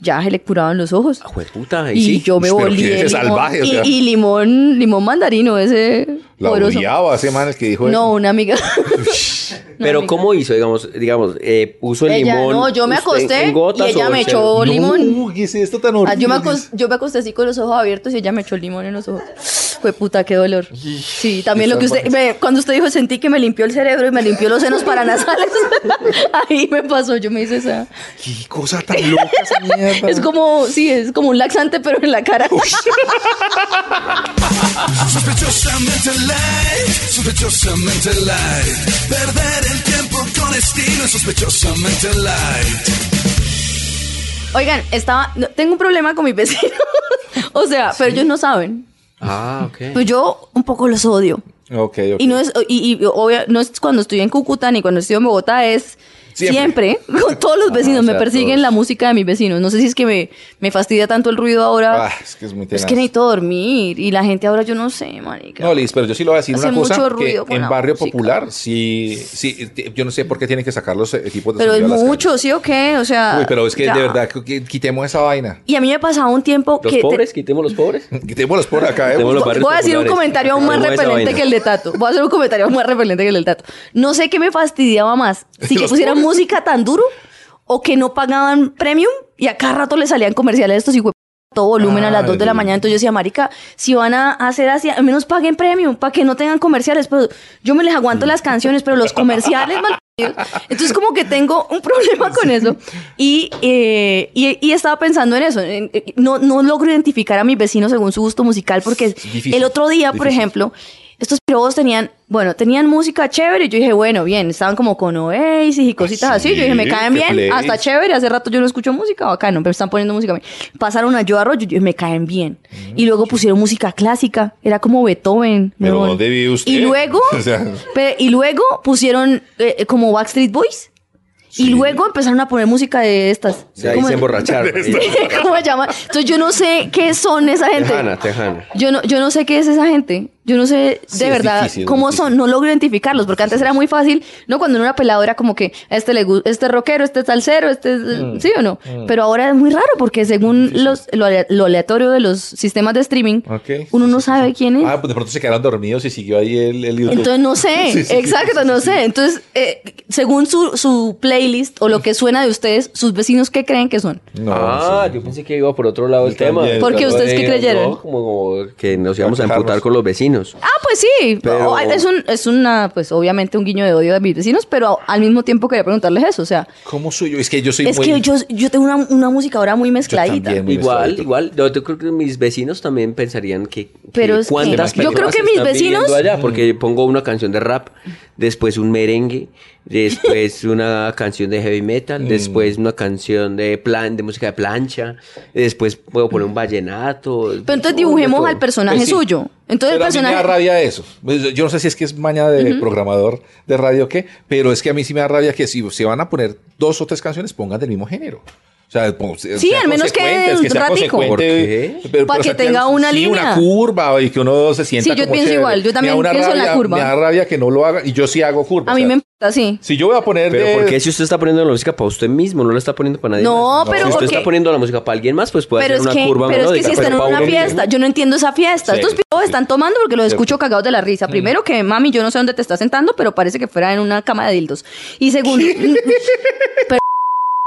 B: ya se le curaban los ojos.
C: Ah, jueputa, y
B: Y
C: sí.
B: yo me
A: Pero
B: volví.
A: qué
B: de
A: ese
B: limón.
A: salvaje, o
B: y,
A: sea.
B: y limón, limón mandarino, ese
A: La
B: poderoso.
A: odiaba ese man el que dijo eso.
B: No, una amiga.
C: Pero
B: amiga.
C: ¿cómo hizo? Digamos, digamos eh, puso el
B: Ella,
C: limón.
B: no, yo me
C: usted en
B: acosté
C: gotas
B: y ella
C: o
B: me
C: en
B: echó
C: serum?
B: O limón.
A: No, ¿qué es esto tan
B: Ah,
A: horrible?
B: yo, me acos- yo me acosté así con los ojos abiertos y ella me echó el limón en los ojos. Fue puta, qué dolor. Sí, también lo que usted. ve, cuando usted dijo, sentí que me limpió el cerebro y me limpió los senos paranasales. Ahí me pasó, yo me hice esa.
A: Qué cosa tan loca esa mierda.
B: Es como, sí, es como un laxante, pero en la cara.
E: Sospechosamente light, sospechosamente light. Perder el tiempo con estilo, es sospechosamente light.
B: Oigan, estaba. no, tengo un problema con mis vecinos. o sea, pero ellos no saben.
C: Ah, ok.
B: Pues yo un poco los odio.
A: Ok, ok.
B: Y no es, y, y obvia- no es cuando estoy en Cúcuta ni cuando estoy en Bogotá, es
A: Siempre.
B: Siempre, con todos los
A: o
B: vecinos,
A: sea,
B: me persiguen
A: todos.
B: la música de mis vecinos. No sé si es que me, me fastidia tanto el ruido ahora.
A: Ah, es que es muy
B: es
A: tenaz.
B: que necesito dormir. Y la gente ahora, yo no sé, marica.
A: No, Liz, pero yo sí lo voy a decir
B: Hace
A: una cosa.
B: mucho ruido
A: que
B: con
A: en
B: la
A: barrio
B: música.
A: popular, sí, sí, t- yo no sé por qué tienen que sacar los equipos de
B: pero es
A: sonido a las calles.
B: mucho, ¿sí o qué? O sea.
A: Uy, pero es que
B: ya.
A: de verdad que- que quitemos esa vaina.
B: Y a mí me pasaba un tiempo
C: Los
B: que. te-
C: pobres, quitemos los pobres.
A: Quitémoslos por acá, eh.
C: Quitémoslos
A: por favor.
C: los barrios
B: Voy a decir un
C: populares.
B: comentario aún más
C: Como esa
B: repelente
C: vaina.
B: que el de Tato. Voy a hacer un comentario aún más repelente que el del Tato. No sé qué me fastidiaba más. Si que
A: Los
B: pusieran
A: pobres.
B: música tan duro o que no pagaban premium y a cada rato le salían comerciales de estos y todo volumen a las 2 de la
A: Ay.
B: mañana. Entonces yo decía, marica, si van a hacer así, al menos paguen premium para que no tengan comerciales. Pero yo me les aguanto las canciones, pero los comerciales, mal entonces como que tengo un problema con eso y, eh, y, y estaba pensando en eso. en- en- No, no logro identificar a mis vecinos según su gusto musical porque
A: difícil,
B: el otro día, por
A: difícil.
B: ejemplo, estos pirobos tenían, bueno, tenían música chévere y yo dije, bueno, bien, estaban como con Oasis y cositas así. Yo dije, me
A: Sí,
B: caen
A: qué
B: bien,
A: play.
B: hasta chévere. Hace rato yo no escucho música, bacano, pero están poniendo música a mí. Pasaron a Joe Arroyo, yo dije, me caen bien. Y luego pusieron música clásica, era como Beethoven.
A: Mm. Pero
B: huevón.
A: ¿dónde vive usted?
B: Y luego,
A: O sea.
B: pe- y luego pusieron eh, como Backstreet Boys. Y
A: Sí.
B: luego empezaron a poner música de estas.
C: O sea, ahí
B: ¿Cómo-
C: se emborracharon.
B: ¿Cómo se llama? Entonces yo no sé qué son esa gente.
C: Tejana, Tejana.
B: Yo no, yo no sé qué es esa gente. Yo no sé de
A: Sí, es
B: verdad
A: difícil, es
B: cómo
A: difícil.
B: son. No logro identificarlos, porque antes era muy fácil, ¿no? Cuando uno era pelado era como que a este le gu- este es rockero, este es salsero, este es,
A: Mm,
B: sí o no. Pero ahora es muy raro porque según los, lo, ale- lo aleatorio de los sistemas de streaming,
A: Ok.
B: uno no sabe quién es.
A: Ah, pues de pronto se quedaron dormidos y siguió ahí el, el YouTube.
B: Entonces no sé,
A: Sí, sí, sí,
B: exacto,
A: sí, sí,
B: no
A: sí.
B: sé. Entonces, eh, según su, su playlist o lo que suena de ustedes, sus vecinos, ¿qué creen que son?
A: No,
C: ah,
A: sí.
C: yo pensé que iba por otro lado el
A: Yo también,
C: tema.
A: yo ¿Por qué
C: Pero
B: ustedes
C: de-
B: qué creyeron?
C: no, como que nos íbamos a
A: Para
C: emputar
A: quejarnos.
C: con los vecinos.
B: Ah, pues sí.
C: Pero-
B: O- Es, un, es una, pues obviamente un guiño de odio de mis vecinos, pero al mismo tiempo quería preguntarles eso. O sea,
A: ¿Cómo soy yo? Es que yo soy
B: es
A: muy...
B: que yo, yo tengo una, una música ahora muy mezcladita.
A: también. Muy
C: Igual,
A: mezcladito.
C: igual. Yo, yo creo que mis vecinos también pensarían que, que
B: Pero es que-
C: cuántas
B: yo creo
C: personas
B: que mis
C: están
B: vecinos-
C: viviendo allá, porque pongo una canción de rap, después un merengue, después una canción de heavy metal,
A: Mm.
C: después una canción de plan de música de plancha, después puedo poner un vallenato.
B: Pero entonces dibujemos al personaje
A: Pues sí.
B: suyo. Entonces el
A: Pero a mí me da
B: personaje...
A: rabia eso. Pues, Yo no sé si es que es maña de programador de radio o qué, pero es que a mí sí me da rabia que si se van a poner dos o tres canciones, pongan del mismo género. O sea, pon-
B: Sí, al menos que
A: consecuentes,
B: un
A: sea
B: ratico.
A: consecuente,
C: ¿Por qué?
A: pero-
B: Pa'
A: pero
B: que
A: sacar-
B: tenga una
A: sí,
B: línea.
A: una curva y que uno se sienta
B: Sí, yo
A: como
B: pienso
A: chévere.
B: igual, yo
A: Me da
B: también
A: una
B: pienso en la
A: rabia-
B: curva.
A: Me da rabia que no lo haga y yo sí hago curva. o
B: A mí
A: sea,
B: me importa, sí.
A: Si yo voy a poner
C: Pero
A: de-
C: ¿por qué si usted está poniendo la música para usted mismo, no la está poniendo para nadie
B: No,
C: más?
B: pero
C: Si usted
B: porque-
C: está poniendo la música para alguien más, pues puede
B: Pero
C: hacer
B: es,
C: una
B: que,
C: curva
B: pero es que
C: melódica,
B: si están en
C: para
B: una
C: uno mismo.
B: fiesta, yo no entiendo esa fiesta.
A: Sí,
B: Estos pibos
A: sí.
B: están tomando porque los
A: Cierto.
B: escucho cagados de la risa.
C: Mm.
B: Primero que, mami, yo no sé dónde te estás sentando, pero parece que fuera en una cama de dildos. Y segundo, per-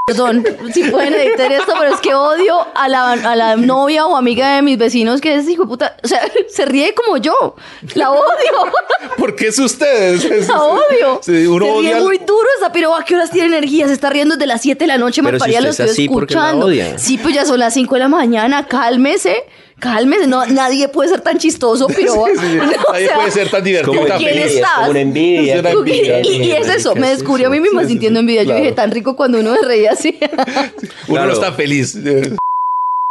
B: perdón, si pueden editar esto, pero es que odio a la, a la novia o amiga de mis vecinos que es hijo de puta. O sea, se ríe como yo. La odio.
A: ¿Por qué es ustedes? Es-
B: La odio.
A: Sí, uno
B: se ríe
A: odia al-
B: muy duro esa piroba. ¿A qué horas tiene energía? Se está riendo desde las 7 de la noche.
C: Pero
B: mal
C: si
B: paría,
C: usted
B: lo
C: es
B: estoy
C: así, ¿por qué la
B: escuchando.
C: odia?
B: Sí, pues ya son las 5 de la mañana. Cálmese. Cálmese. No, nadie puede ser tan chistoso, piroba. No, o
A: Nadie
B: sea,
A: puede ser tan divertido.
B: ¿con
A: tan
B: quién
A: feliz.
B: estás?
C: como una envidia.
A: Es una
B: ¿con qué?
A: envidia,
B: Y, y es eso, me descubrí a mí misma
A: Sí, sí,
B: sintiendo
A: sí,
B: envidia. Yo
A: claro.
B: dije, tan rico cuando uno se reía así.
A: Uno
C: Claro.
A: no está feliz.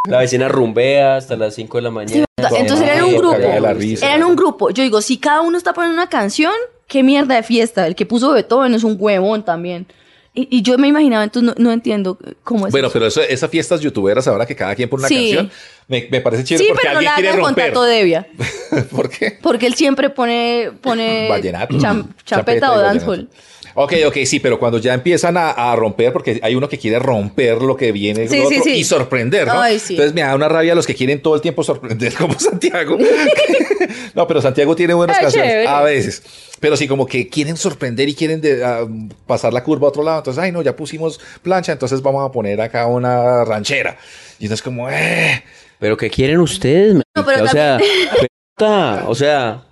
C: La vecina rumbea hasta las 5 de la mañana.
B: Entonces eran un
A: Ay,
B: grupo.
A: cagada la risa.
B: Eran un grupo. Yo digo, si cada uno está poniendo una canción, qué mierda de fiesta. El que puso Beethoven es un huevón también. Y, y yo me imaginaba, entonces no, no entiendo cómo es.
A: Bueno,
B: Pues eso.
A: pero eso- esas fiestas youtuberas ahora que cada quien pone una
B: Sí.
A: canción, me, me parece chévere
B: sí,
A: porque
B: pero no
A: alguien
B: la
A: quiere
B: hagan con
A: romper.
B: Tato Devia.
A: ¿Por qué?
B: Porque él siempre pone. pone
A: Vallenato.
B: cham- champeta,
A: Champeta
B: o
A: y
B: dancehall.
A: vallenato. Ok, ok, sí, pero cuando ya empiezan a, a romper, porque hay uno que quiere romper lo que viene
B: Sí,
A: el
B: sí,
A: otro
B: sí.
A: y sorprender, ¿no?
B: Ay, sí.
A: Entonces me da una rabia a los que quieren todo el tiempo sorprender, como Santiago. no, pero Santiago tiene buenas
B: Ay,
A: canciones
B: Ah, chévere.
A: a veces. Pero sí, como que quieren sorprender y quieren de- a- pasar la curva a otro lado. Entonces, ay, no, ya pusimos plancha, entonces vamos a poner acá una ranchera. Y entonces, como, eh.
C: Pero ¿qué quieren ustedes?
B: No, pero
C: marica? o sea, puta, o sea,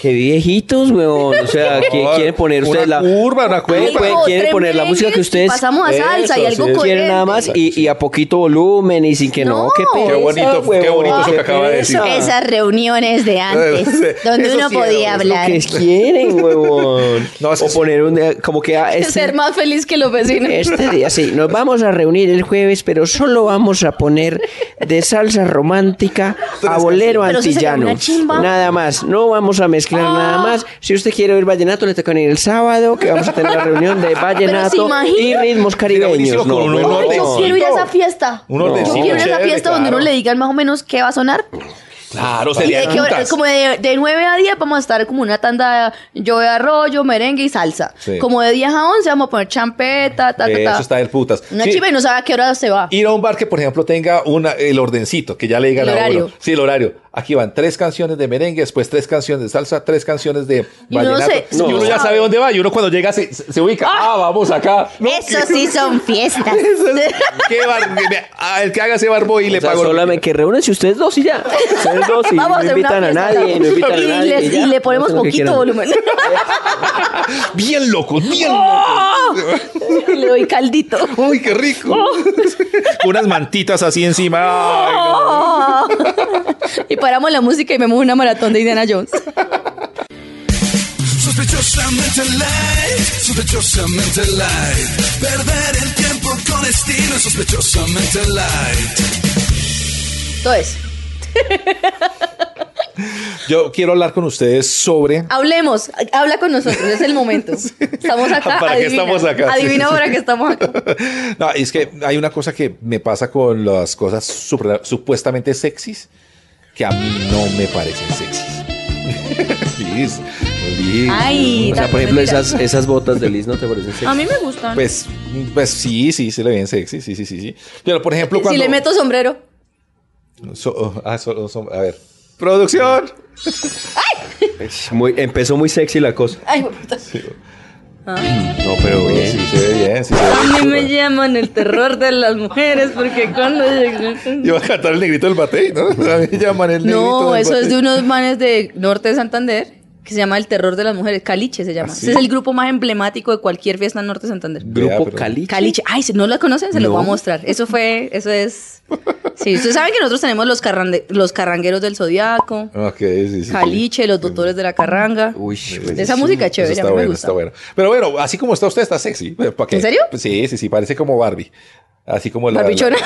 C: qué viejitos, weón. O sea, ¿qué
A: no,
C: quieren poner ustedes
A: una
C: la
A: curva, una
C: ¿Quieren-
A: curva.
B: Marico,
C: quieren
B: tres
C: poner la música que
B: merengues y
C: ustedes
B: pasamos a salsa y algo
A: sí.
C: quieren nada más
B: coherente.
C: y, y a poquito volumen y sin que no,
B: No.
C: qué pereza,
A: Qué bonito, qué
C: weón,
A: bonito eso que acaba de
C: pereza.
A: decir.
B: Esas reuniones de antes,
A: Eso
B: donde
A: sí
B: uno
A: era,
B: podía
A: es lo
B: hablar.
C: ¿Qué quieren, huevón?
A: No, es
C: o
A: que-
C: poner un eh, como que ah, este,
B: Ser más feliz que los vecinos.
C: Este día sí, nos vamos a reunir el jueves, pero solo vamos a poner de salsa romántica a bolero
B: Pero eso sería
C: antillano.
B: una chimba. Ah.
C: Nada más, no vamos
F: vamos a mezclar nada más. Si usted quiere oír vallenato, le toca venir el sábado, que vamos a tener la reunión de vallenato y
B: imagina-
F: ritmos caribeños.
A: buenísimo
F: No,
A: con un
F: no,
A: honor
F: no.
B: Ay, yo quiero ir a esa fiesta.
A: Un
B: yo
A: ordecito
B: quiero ir a esa
A: chévere,
B: fiesta donde
A: claro.
B: uno le digan más o menos qué va a sonar.
A: Claro,
B: Y
A: sería
B: de qué hora- como de, de 9 a 10 vamos a estar como una tanda yo de arroyo, merengue y salsa.
A: Sí.
B: Como de 10 a 11 vamos a poner champeta, ta, ta, ta.
A: Eso está del putas.
B: Una
A: Sí.
B: chiva y no sabe a qué hora se va.
A: Ir a un bar que, por ejemplo, tenga una, el ordencito, que ya le digan
B: El
A: a uno.
B: horario.
A: Sí, el horario. Aquí van tres canciones de merengue, después tres canciones de salsa, tres canciones de
B: Y uno
A: vallenato.
B: se-
A: y uno ya
B: no.
A: sabe dónde va. Y uno cuando llega se, se- se ubica. ¡Ah! vamos acá. No,
B: Eso
A: que-
B: sí son fiestas.
A: eso es- qué bar- vea, a el que haga ese barbo y le
F: O sea,
A: pago. lo que
F: solamente que reúnense ustedes dos y ya. Ustedes dos y
B: Vamos a
F: no
B: hacer una
F: invitan a
B: fiesta,
F: nadie,
B: ¿no?
F: no invitan a
B: y,
F: nadie.
B: les-
F: ya.
B: y le ponemos
F: Hacen lo que
B: poquito
F: quieran.
B: volumen.
A: quiera. Bien locos, bien
B: Oh. le doy caldito.
A: locos. ¡Uy, qué rico!
B: Oh.
A: Unas mantitas así encima. Ay, no.
B: y paramos la música y vemos una maratón de Indiana Jones.
E: Sospechosamente light, sospechosamente light. Perder el tiempo con estilo, sospechosamente light.
B: Entonces,
A: Yo quiero hablar con ustedes sobre
B: hablemos. Habla con nosotros, es el momento. Estamos acá.
A: ¿Para qué
B: adivina.
A: estamos acá?
B: Adivina
A: Sí, sí,
B: para
A: sí.
B: qué estamos acá.
A: No, es que hay una cosa que me pasa con las cosas supra- supuestamente sexys que a mí no me parecen sexys. Liz, Liz.
B: Ay,
C: O sea,
B: tanto
C: por ejemplo,
B: mentira.
C: esas, esas botas de Liz no te parecen sexy.
B: A mí me gustan.
A: Pues, pues sí, sí, se le ven sexy, sí, sí, sí, sí. Pero por ejemplo, cuando.
B: Si le meto sombrero.
A: So- oh, ah, so- so- a ver. ¡Producción!
C: Es muy- empezó muy sexy la cosa.
B: Ay, hijo de puta.
C: No, pero bien.
A: Sí, se ve bien, sí se ve
B: A
A: bien.
B: mí me llaman el terror de las mujeres porque cuando
A: Yo voy a cantar el negrito del batey, ¿no? A mí me llaman el negrito
B: No,
A: del
B: eso es
A: batey.
B: de unos manes de norte de Santander que se llama El Terror de las Mujeres. Caliche se llama.
A: ¿Ah, sí?
B: Ese es el grupo más emblemático de cualquier fiesta en norte de Santander.
A: Vea,
C: Grupo
A: pero-
C: Cali.
B: Caliche. Ay, si no la conocen, se lo
C: No.
B: voy a mostrar. Eso fue, eso es. Sí, ustedes saben que nosotros tenemos los, carrande- los carrangueros del Zodiaco,
A: Ok, sí, Ah, sí, sí.
B: Caliche, los doctores de la carranga.
C: Uy,
B: De esa música chévere,
A: pues, Eso
B: a
A: está
B: mí me
A: bueno,
B: gusta.
A: está bueno. Pero bueno, así como está usted, está sexy. ¿Para qué?
B: ¿En serio?
A: Pues sí, sí, sí, parece como Barbie. Así como la.
B: Barbichona.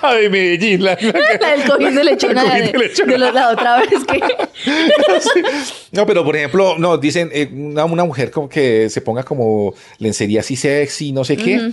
A: La, la de Medellín. La, la-
B: La del cojín de lechona.
A: El cojín de
B: de-
A: lechona.
B: de los- la otra vez que.
A: No, pero por ejemplo, no, dicen eh, una, una mujer como que se ponga como lencería así sexy, no sé qué.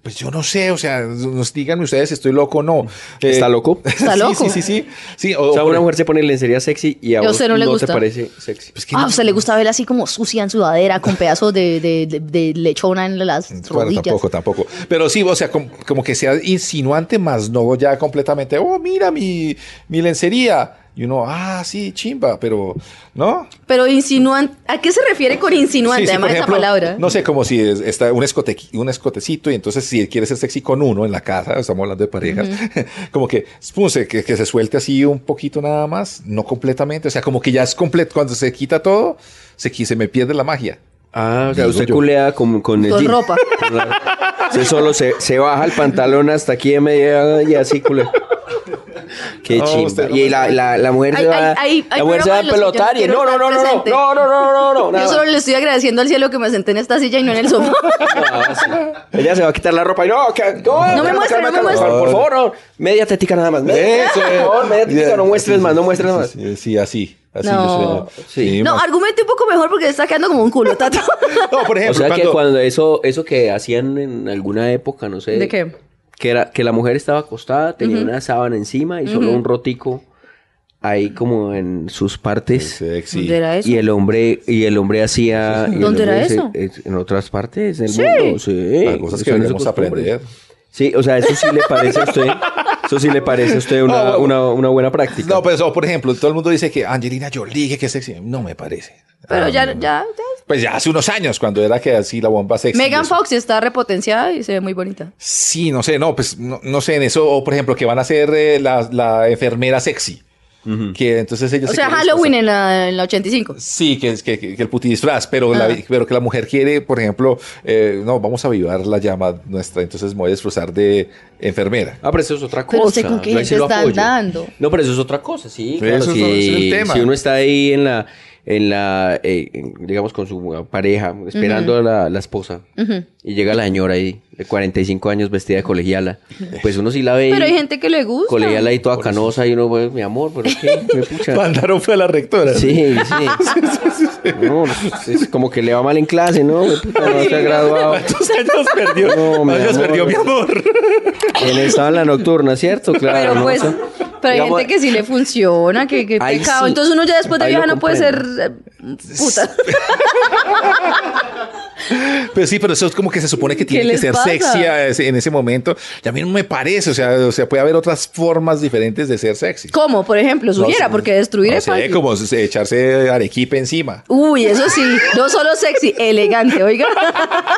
A: Pues yo no sé, o sea, nos díganme ustedes si estoy loco o no. Eh,
C: ¿Está loco?
B: Está
A: sí,
B: loco.
A: Sí, sí, sí. sí o,
C: O sea,
A: por-
C: una mujer se pone lencería sexy y a
B: Yo
C: vos
B: sé, no le
C: no
B: gusta.
C: te parece sexy.
A: pues que
B: Ah,
A: no-
B: o sea, le gusta verla así como sucia en sudadera, con pedazos de, de- de- de lechona en las
A: Bueno,
B: rodillas.
A: tampoco, tampoco. Pero sí, o sea, com- como que sea insinuante, más no ya completamente, oh, mira mi, mi lencería. Y uno, ah, sí, chimba, pero no.
B: Pero insinuante, ¿a qué se refiere con insinuante?
A: Sí, sí,
B: Además
A: por
B: esa
A: ejemplo,
B: palabra.
A: No sé, como si es- está un, escotequi- un escotecito y entonces si él quiere ser sexy con uno en la casa, estamos hablando de parejas, como que, pum, se- que, que se suelte así un poquito nada más, no completamente, o sea, como que ya es completo, cuando se quita todo, se, qui- se me pierde la magia.
C: Ah, o sea,
A: Digo
C: usted
A: yo.
C: culea con, con el
B: Con
C: jean.
B: ropa.
C: Con la- Usted solo se, se baja el pantalón hasta aquí de media y así culea. Qué
A: No, usted
C: chimba.
A: no
C: Y
A: me-
C: la, la, la mujer
B: Ay,
C: se va,
B: ay, ay, ay,
C: la mujer se va a
B: pero Pablo, si yo no
C: pelotar y
B: quiero
C: no, no, no,
B: estar
C: no, no,
B: presente.
C: no, no, no, no, no, nada
B: Yo
C: más.
B: solo le estoy agradeciendo al cielo que me senté en esta silla y no en el sofá.
C: Ah, sí. Ella se va a quitar la ropa y no, que-
B: No me muestre, no me muestre.
C: Por favor, no. media tetica nada más. Media,
A: Eso,
C: por favor, media tetica, no muestres
A: eh, Sí,
C: más,
A: sí,
C: no
A: sí,
C: muestres
A: sí,
C: más.
A: Sí, eh, sí, así. así
B: No.
A: yo soy.
C: Sí.
A: Sí,
B: No,
A: más-
B: argumente un poco mejor porque está quedando como un culo, Tato.
A: No, por
C: O
A: ejemplo,
C: sea que
A: cuando,
C: cuando eso, eso que hacían en alguna época, no sé.
B: ¿De qué?
C: Que era que la mujer estaba acostada, tenía una sábana encima y solo un rotico ahí como en sus partes.
A: sexy.
B: ¿Dónde era eso?
C: Y el hombre, y el hombre hacía. y el
B: ¿Dónde era
C: hombre se-
B: eso?
C: es- en otras partes del mundo. Sí.
A: Hay Ah, cosas que
C: Son
A: deberíamos
C: sus costumbres.
A: aprender.
C: Sí, o sea, eso sí le parece a usted. Eso sí le parece a usted una,
A: No, Ah, bueno.
C: una, una buena práctica.
A: No, pero eso, por ejemplo, todo el mundo dice que Angelina Jolie, que es sexy. No me parece.
B: Pero
A: Ah,
B: ya,
A: no, no.
B: ya, ya.
A: Pues ya hace unos años, cuando era que así la bomba sexy.
B: Megan
A: eso.
B: Fox está repotenciada y se ve muy bonita.
A: Sí, no sé, no, pues no, no sé en eso. O por ejemplo, que van a ser eh, la, la enfermera sexy. Que entonces ellos.
B: O
A: se
B: sea,
A: quieren
B: Halloween
A: disfrazar.
B: en la, en la 85.
A: Sí, que, es- que, que- que el puti disfraz, pero, la-
B: Ah.
A: pero que la mujer quiere, por ejemplo, eh, no, vamos a avivar la llama nuestra, entonces me voy a disfrazar de enfermera.
C: Ah, pero eso es otra cosa.
B: Pero usted con qué
C: Yo ahí sí
B: gente
C: lo
B: está
C: apoyo.
B: andando.
C: No, pero eso es otra cosa, sí.
A: Pero
C: claro,
A: eso es- ese
C: si,
A: es el tema.
C: si uno está ahí en la, en la eh, en- digamos, con su eh, pareja, esperando a la, la esposa, y llega la señora ahí, de 45 años, vestida de colegiala, pues uno sí la ve.
B: Pero
C: y-
B: hay gente que le gusta.
C: Colegiala ahí toda canosa, y uno, pues, mi amor, pero ¿Qué? Fue pucha.
A: Mandaron fue a la rectora.
C: Sí, sí. No, es como que le va mal en clase, ¿no? Fue puta, no se ha graduado.
A: ¿Cuántos años perdió?
C: No, mi
A: ¿Cuántos años
C: amor.
A: perdió mi amor?
C: Él estaba en la nocturna, ¿cierto? Claro.
B: Pero
C: ¿no?
B: pues,
C: O sea,
B: pero hay
G: digamos-
B: gente que sí le funciona, que, que
G: Ahí
B: pecado.
G: sí.
B: Entonces uno ya después de
C: Ahí lo
B: viajar no puede ser
C: comprendo.
B: eh, puta.
A: Pues sí, pero eso es como que se supone que tiene que
B: les
A: ser
B: pasa?
A: sexy a ese- en ese momento. Y a mí no me parece, o sea, o sea, puede haber otras formas diferentes de ser sexy.
B: ¿Cómo? Por ejemplo, sugiera, porque destruir
A: No
B: es
A: sé,
B: fácil.
A: como s- echarse arequipe encima.
B: Uy, eso sí, no solo sexy, elegante, oiga.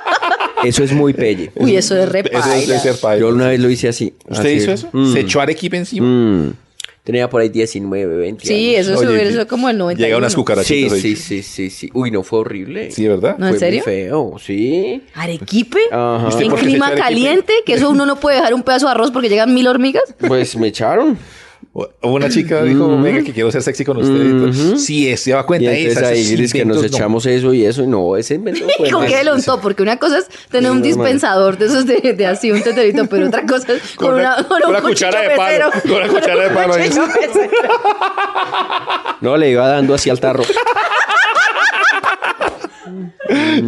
C: Eso es muy pelle.
B: Uy, eso es re
A: Eso es de
B: paila.
A: ser paila.
C: Yo una vez lo hice así.
A: pues ¿Usted
C: así.
A: hizo eso?
C: Mm,
A: ¿Se echó arequipe encima?
C: mm.
G: Tenía por ahí 19, 20
B: Sí,
G: años.
B: eso es
A: Oye,
B: subir, eso es como el 90.
A: Llega unas
G: Sí,
A: cucarachitas. ahí.
G: sí, sí, sí, sí. Uy, no, fue horrible.
A: Sí, ¿verdad?
B: No, ¿en
G: Fue
B: serio?
G: muy feo, sí.
B: ¿Arequipe?
C: Ajá. ¿Usted
B: ¿En
A: por qué se
B: clima
A: echa arequipe?
B: caliente? Que eso uno no puede dejar un pedazo de arroz porque llegan mil hormigas.
C: Pues me echaron.
A: Una chica dijo, venga, que quiero ser sexy con usted. Sí, es, se da
C: Mm. Y
A: cuenta.
C: entonces
A: esas-
C: ahí
A: esos
C: dice que nos
A: inventos no.
C: echamos eso y eso. Y no, ese invento fue
B: ¿Con
C: mal.
B: qué le untó? Porque una cosa es tener un
C: normal.
B: dispensador de esos de, de así, un teterito, pero otra cosa es con,
A: Con una-
B: una, con
A: con
B: un
A: una cuchara
B: cuchillo
A: de palo,
B: mesero.
A: con una cuchara de palo ahí.
B: cuchillo mesero.
C: No, le iba dando así al tarro.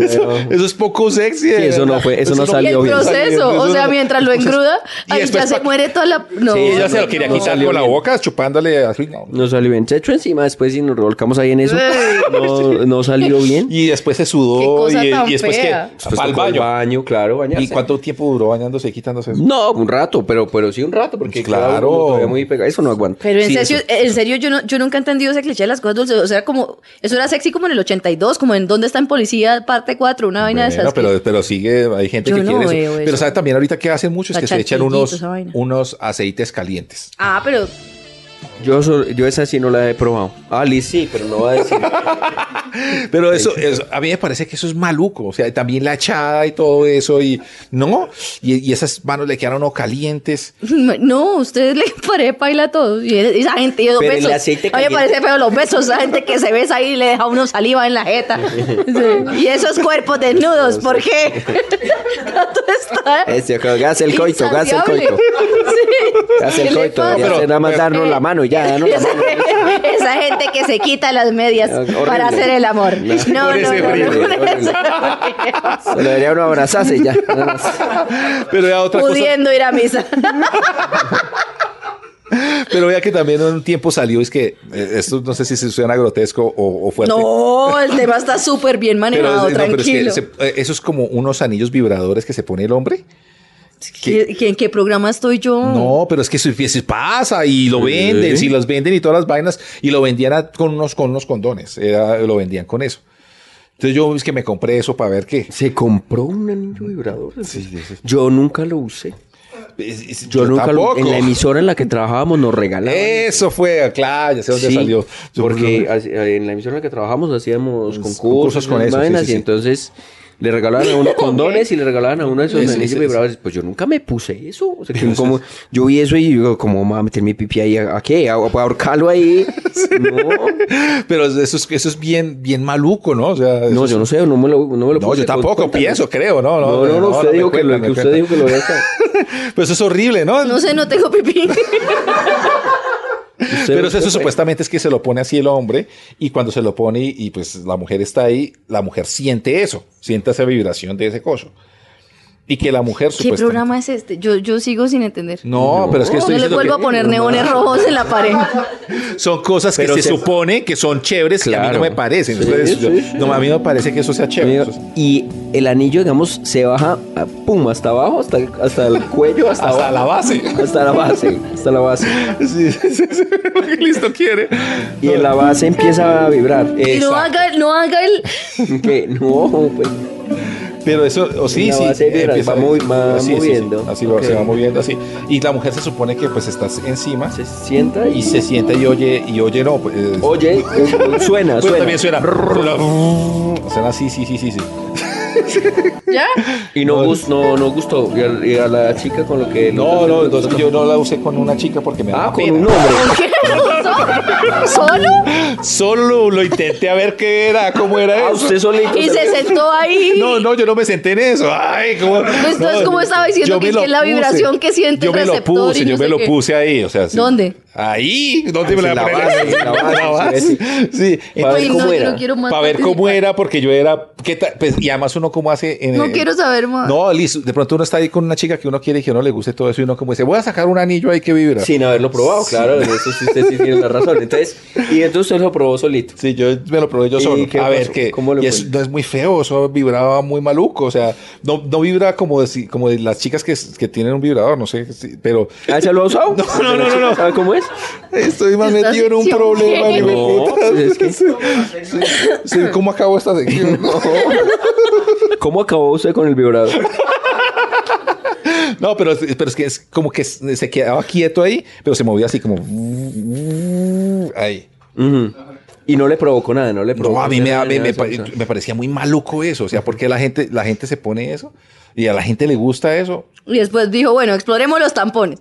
A: Eso, eso es poco sexy. de
C: eso no
A: verdad.
C: fue- eso no
A: es
B: Y
C: salió
B: el
A: poco
C: bien.
A: salió bien.
B: proceso, o sea, mientras lo engruda,
A: Y
B: ahí
A: después
B: ya se
A: pa-
B: mueve toda la... No,
C: Sí,
A: Ella
B: no,
A: se lo quería
C: no
A: quitar
C: salió
A: con la
C: bien.
A: boca, chupándole así. no.
C: No salió bien. Se echó encima después y nos revolcamos ahí en eso. No, no salió bien.
A: Y después se
B: Qué
A: sudó y,
B: cosa tan
A: y después
B: fea.
A: que
C: Después
A: al
C: tocó el
A: baño.
C: baño, claro, bañarse.
A: ¿Y cuánto tiempo duró bañándose y quitándose eso?
C: No, un rato, pero, pero sí un rato, porque
A: Claro.
C: claro, uno todavía muy pegado. Eso no aguanta.
B: Pero en
C: Sí,
B: serio,
C: eso.
B: en serio yo, no, yo nunca he entendido ese cliché de las cosas dulces. O sea, era como, eso era sexy como en el 82, como en ¿Dónde está en policía? Parte 4, una vaina de
A: Bueno,
B: esas. que-
A: pero, pero sigue, hay gente
B: Yo
A: que
B: no
A: quiere eso.
B: veo eso.
A: Pero sabe también ahorita que hacen muchos que se echan
B: Cachantillito,
A: unos,
B: esa vaina.
A: unos aceites calientes.
B: Ah, pero eh,
C: Yo, so- yo esa sí no la he probado. Ah, Liz sí, pero no va a decir.
A: Pero eso, eso- a mí me parece que eso es maluco. O sea, también la echada y todo eso y no. Y, y esas manos le quedaron o calientes.
B: no, ustedes le paré paila a todos. Y esa gente, y los
G: Pero el
B: besos.
G: aceite
B: A mí me
G: caliente.
B: parece feo los besos. Esa gente que se besa ahí y le deja uno saliva en la jeta. Sí. Y esos cuerpos desnudos, ¿por qué? Tanto está
C: Este, acá, gase el coito, gase el coito.
B: Sí.
C: Gase
B: ¿Qué
C: el
B: le
C: coito.
B: pasa? eh,
C: ya
A: Pero-
C: se nada más
A: pero-
C: darnos la mano y ya, darnos la
B: Esa,
C: mano.
B: esa gente que se quita las medias
C: Horrible.
B: para hacer el amor. No, no, no,
A: ese
B: no,
A: frío,
B: no,
C: horrible.
B: ese frío.
C: Lo debería uno abrazarse y ya. nada más.
A: Pero era otra cosa.
B: Pudiendo ir a misa.
A: Pero vea que también en un tiempo salió, es que eh, esto no sé si se suena grotesco o, o fuerte.
B: No, el tema está súper bien
A: Pero,
B: manejado,
A: no, pero es que
B: tranquilo.
A: se- eh, eso es como unos anillos vibradores que se pone el hombre.
B: ¿Qué- qué- ¿En qué programa estoy yo?
A: No, pero es que si, si pasa y lo venden, si los venden y todas las vainas, y lo vendían a- con, unos, con unos condones, era- lo vendían con eso. Entonces yo es que me compré eso para ver qué.
C: Se compró un anillo vibrador. Yo nunca lo usé.
A: Es- es-
C: Yo, nunca
A: tampoco.
C: lo En la emisora en la que trabajábamos nos regalaban.
A: Eso fue, claro, ya sé dónde
C: Sí,
A: salió. Yo- pues,
C: Porque así- en la emisión en la que trabajamos hacíamos concursos,
A: concursos con
C: y
A: eso, sí,
C: vainas,
A: sí,
C: y
A: sí.
C: entonces le regalaban a uno condones y le regalaban a uno de esos
A: Ese,
C: anillos
A: ese,
C: vibradores. Pues yo nunca me puse eso. O sea, que como, yo vi eso y digo, como me va a meter mi pipi ahí? ¿A, a qué? ¿A, a ahorcarlo ahí? No,
A: pero eso es, eso es bien, bien maluco, ¿no? O sea,
C: no, yo no sé, no me lo, no me lo
A: No,
C: puse,
A: yo tampoco
C: cuéntame.
A: pienso, creo, no, no.
C: No, no, no, usted
A: me
C: dijo que
A: cuenta,
C: lo
A: me
C: que usted
A: cuenta.
C: dijo que lo había hecho.
A: Pero eso es horrible, ¿no?
B: No sé, no tengo pipí.
C: Usted-
A: Pero eso,
C: usted-
A: supuestamente es que se lo pone así el hombre y cuando se lo pone y, y, pues la mujer está ahí, la mujer siente eso, siente esa vibración de ese coso. Y que la mujer
B: ¿Qué
A: supuestamente...
B: programa es este? Yo, yo sigo sin entender.
A: No, pero es que
B: No
A: estoy
B: le
A: diciendo
B: vuelvo a
A: que
B: poner neones rojos en la pared.
A: son cosas que
C: Pero
A: se,
C: se-
A: supone que son chéveres que a mí
C: Claro.
A: no me parecen.
C: Sí,
A: Entonces,
C: sí,
A: yo-
C: sí.
A: no, a mí no me parece que eso sea chévere.
C: Amigo,
A: Entonces,
C: y el anillo, digamos, se baja, ah, pum, hasta abajo, hasta, hasta el cuello, hasta,
A: hasta
C: abajo.
A: la base.
C: Hasta la base, hasta la base.
A: Sí, sí, sí, sí, lo que Listo quiere.
C: Y en la base empieza a vibrar.
B: Y
C: Eh,
B: no haga, no haga el...
C: que no, pues.
A: Pero eso, o sí,
C: La
A: sí,
C: base vibra,
A: empieza-
C: va muy- va
A: sí, sí, sí,
C: moviendo.
A: así va-
C: Ok.
A: se va moviendo así. Y la mujer se supone que pues estás encima.
C: Se sienta
A: y
C: y
A: se sienta y oye, y oye, no, pues. eh,
C: Oye, eh, suena,
A: pues,
C: suena.
A: también suena. Suena así, sí, sí, sí, sí.
B: ¿Ya?
C: Y no, gus- no, no gustó. Y a, y a la chica con lo que.
A: No, no, entonces yo no la usé con una chica porque me da
C: Ah, con
A: pena.
C: un hombre.
B: ¿Qué le gustó? ¿Solo?
A: Solo lo intenté a ver qué era, cómo era eso.
C: Ah, usted solito.
B: Y se sentó ahí.
A: No, no, yo no me senté en eso. Ay, cómo.
B: Pues,
A: no,
B: entonces, ¿cómo estaba diciendo
A: yo
B: que
A: me
B: es
A: lo
B: que la
A: puse.
B: vibración que siente
A: Yo
B: el
A: me lo
B: receptor y
A: puse,
B: no
A: yo
B: sé
A: me lo
B: qué?
A: puse ahí. O sea, sí.
B: ¿Dónde?
A: Ahí, ¿dónde me la,
C: en la
A: poner?
C: base, en la base,
A: En la base. Sí,
C: Para
B: Uy,
C: ver
B: no,
C: cómo
B: yo
C: era.
B: no quiero más
A: para ver cómo
B: participar.
A: era, porque yo era. ¿qué tal? Pues, y además uno cómo hace. en-
B: No
C: Eh,
A: en-
B: quiero saber más.
C: Ah.
A: No, listo. De pronto uno está ahí con una chica que uno quiere y que no le guste todo eso y uno como dice, voy a sacar un anillo ahí que vibra.
C: Sin haberlo probado, claro. En eso sí usted sí tiene la razón. Entonces, y entonces usted lo probó solito.
A: Sí, yo me lo probé yo
C: ¿Y
A: solo.
C: qué
A: A ver,
C: pasó?
A: que
C: ¿Cómo le
A: y
C: fue?
A: eso no es muy feo, eso vibraba muy maluco. O sea, no, no vibra como, de, si- como de las chicas que, que tienen un vibrador, no sé, si- pero
C: ¿Ah, ya lo ha usado?
A: No, no, no, no, no.
C: ¿Sabe cómo es?
A: estoy más
B: ¿Estás
A: metido en un
B: diciendo
A: problema.
B: qué?
A: ni me
C: No,
A: putas.
C: pues es que-
A: Sí, sí, ¿Cómo acabo esta sección?
C: ¿Cómo acabó usted con el vibrador?
A: No, pero, es- pero es que es como que s- se quedaba quieto ahí, pero se movía así como. Ahí.
C: Ujú. Y no le provocó nada, no le provocó
A: No, a mí me,
C: nada,
A: me-
C: nada,
A: me
C: eso,
A: pa-
C: o sea.
A: me parecía muy maluco eso. O sea, porque la gente, la gente se pone eso y a la gente le gusta eso.
B: Y después dijo, bueno, exploremos los tampones.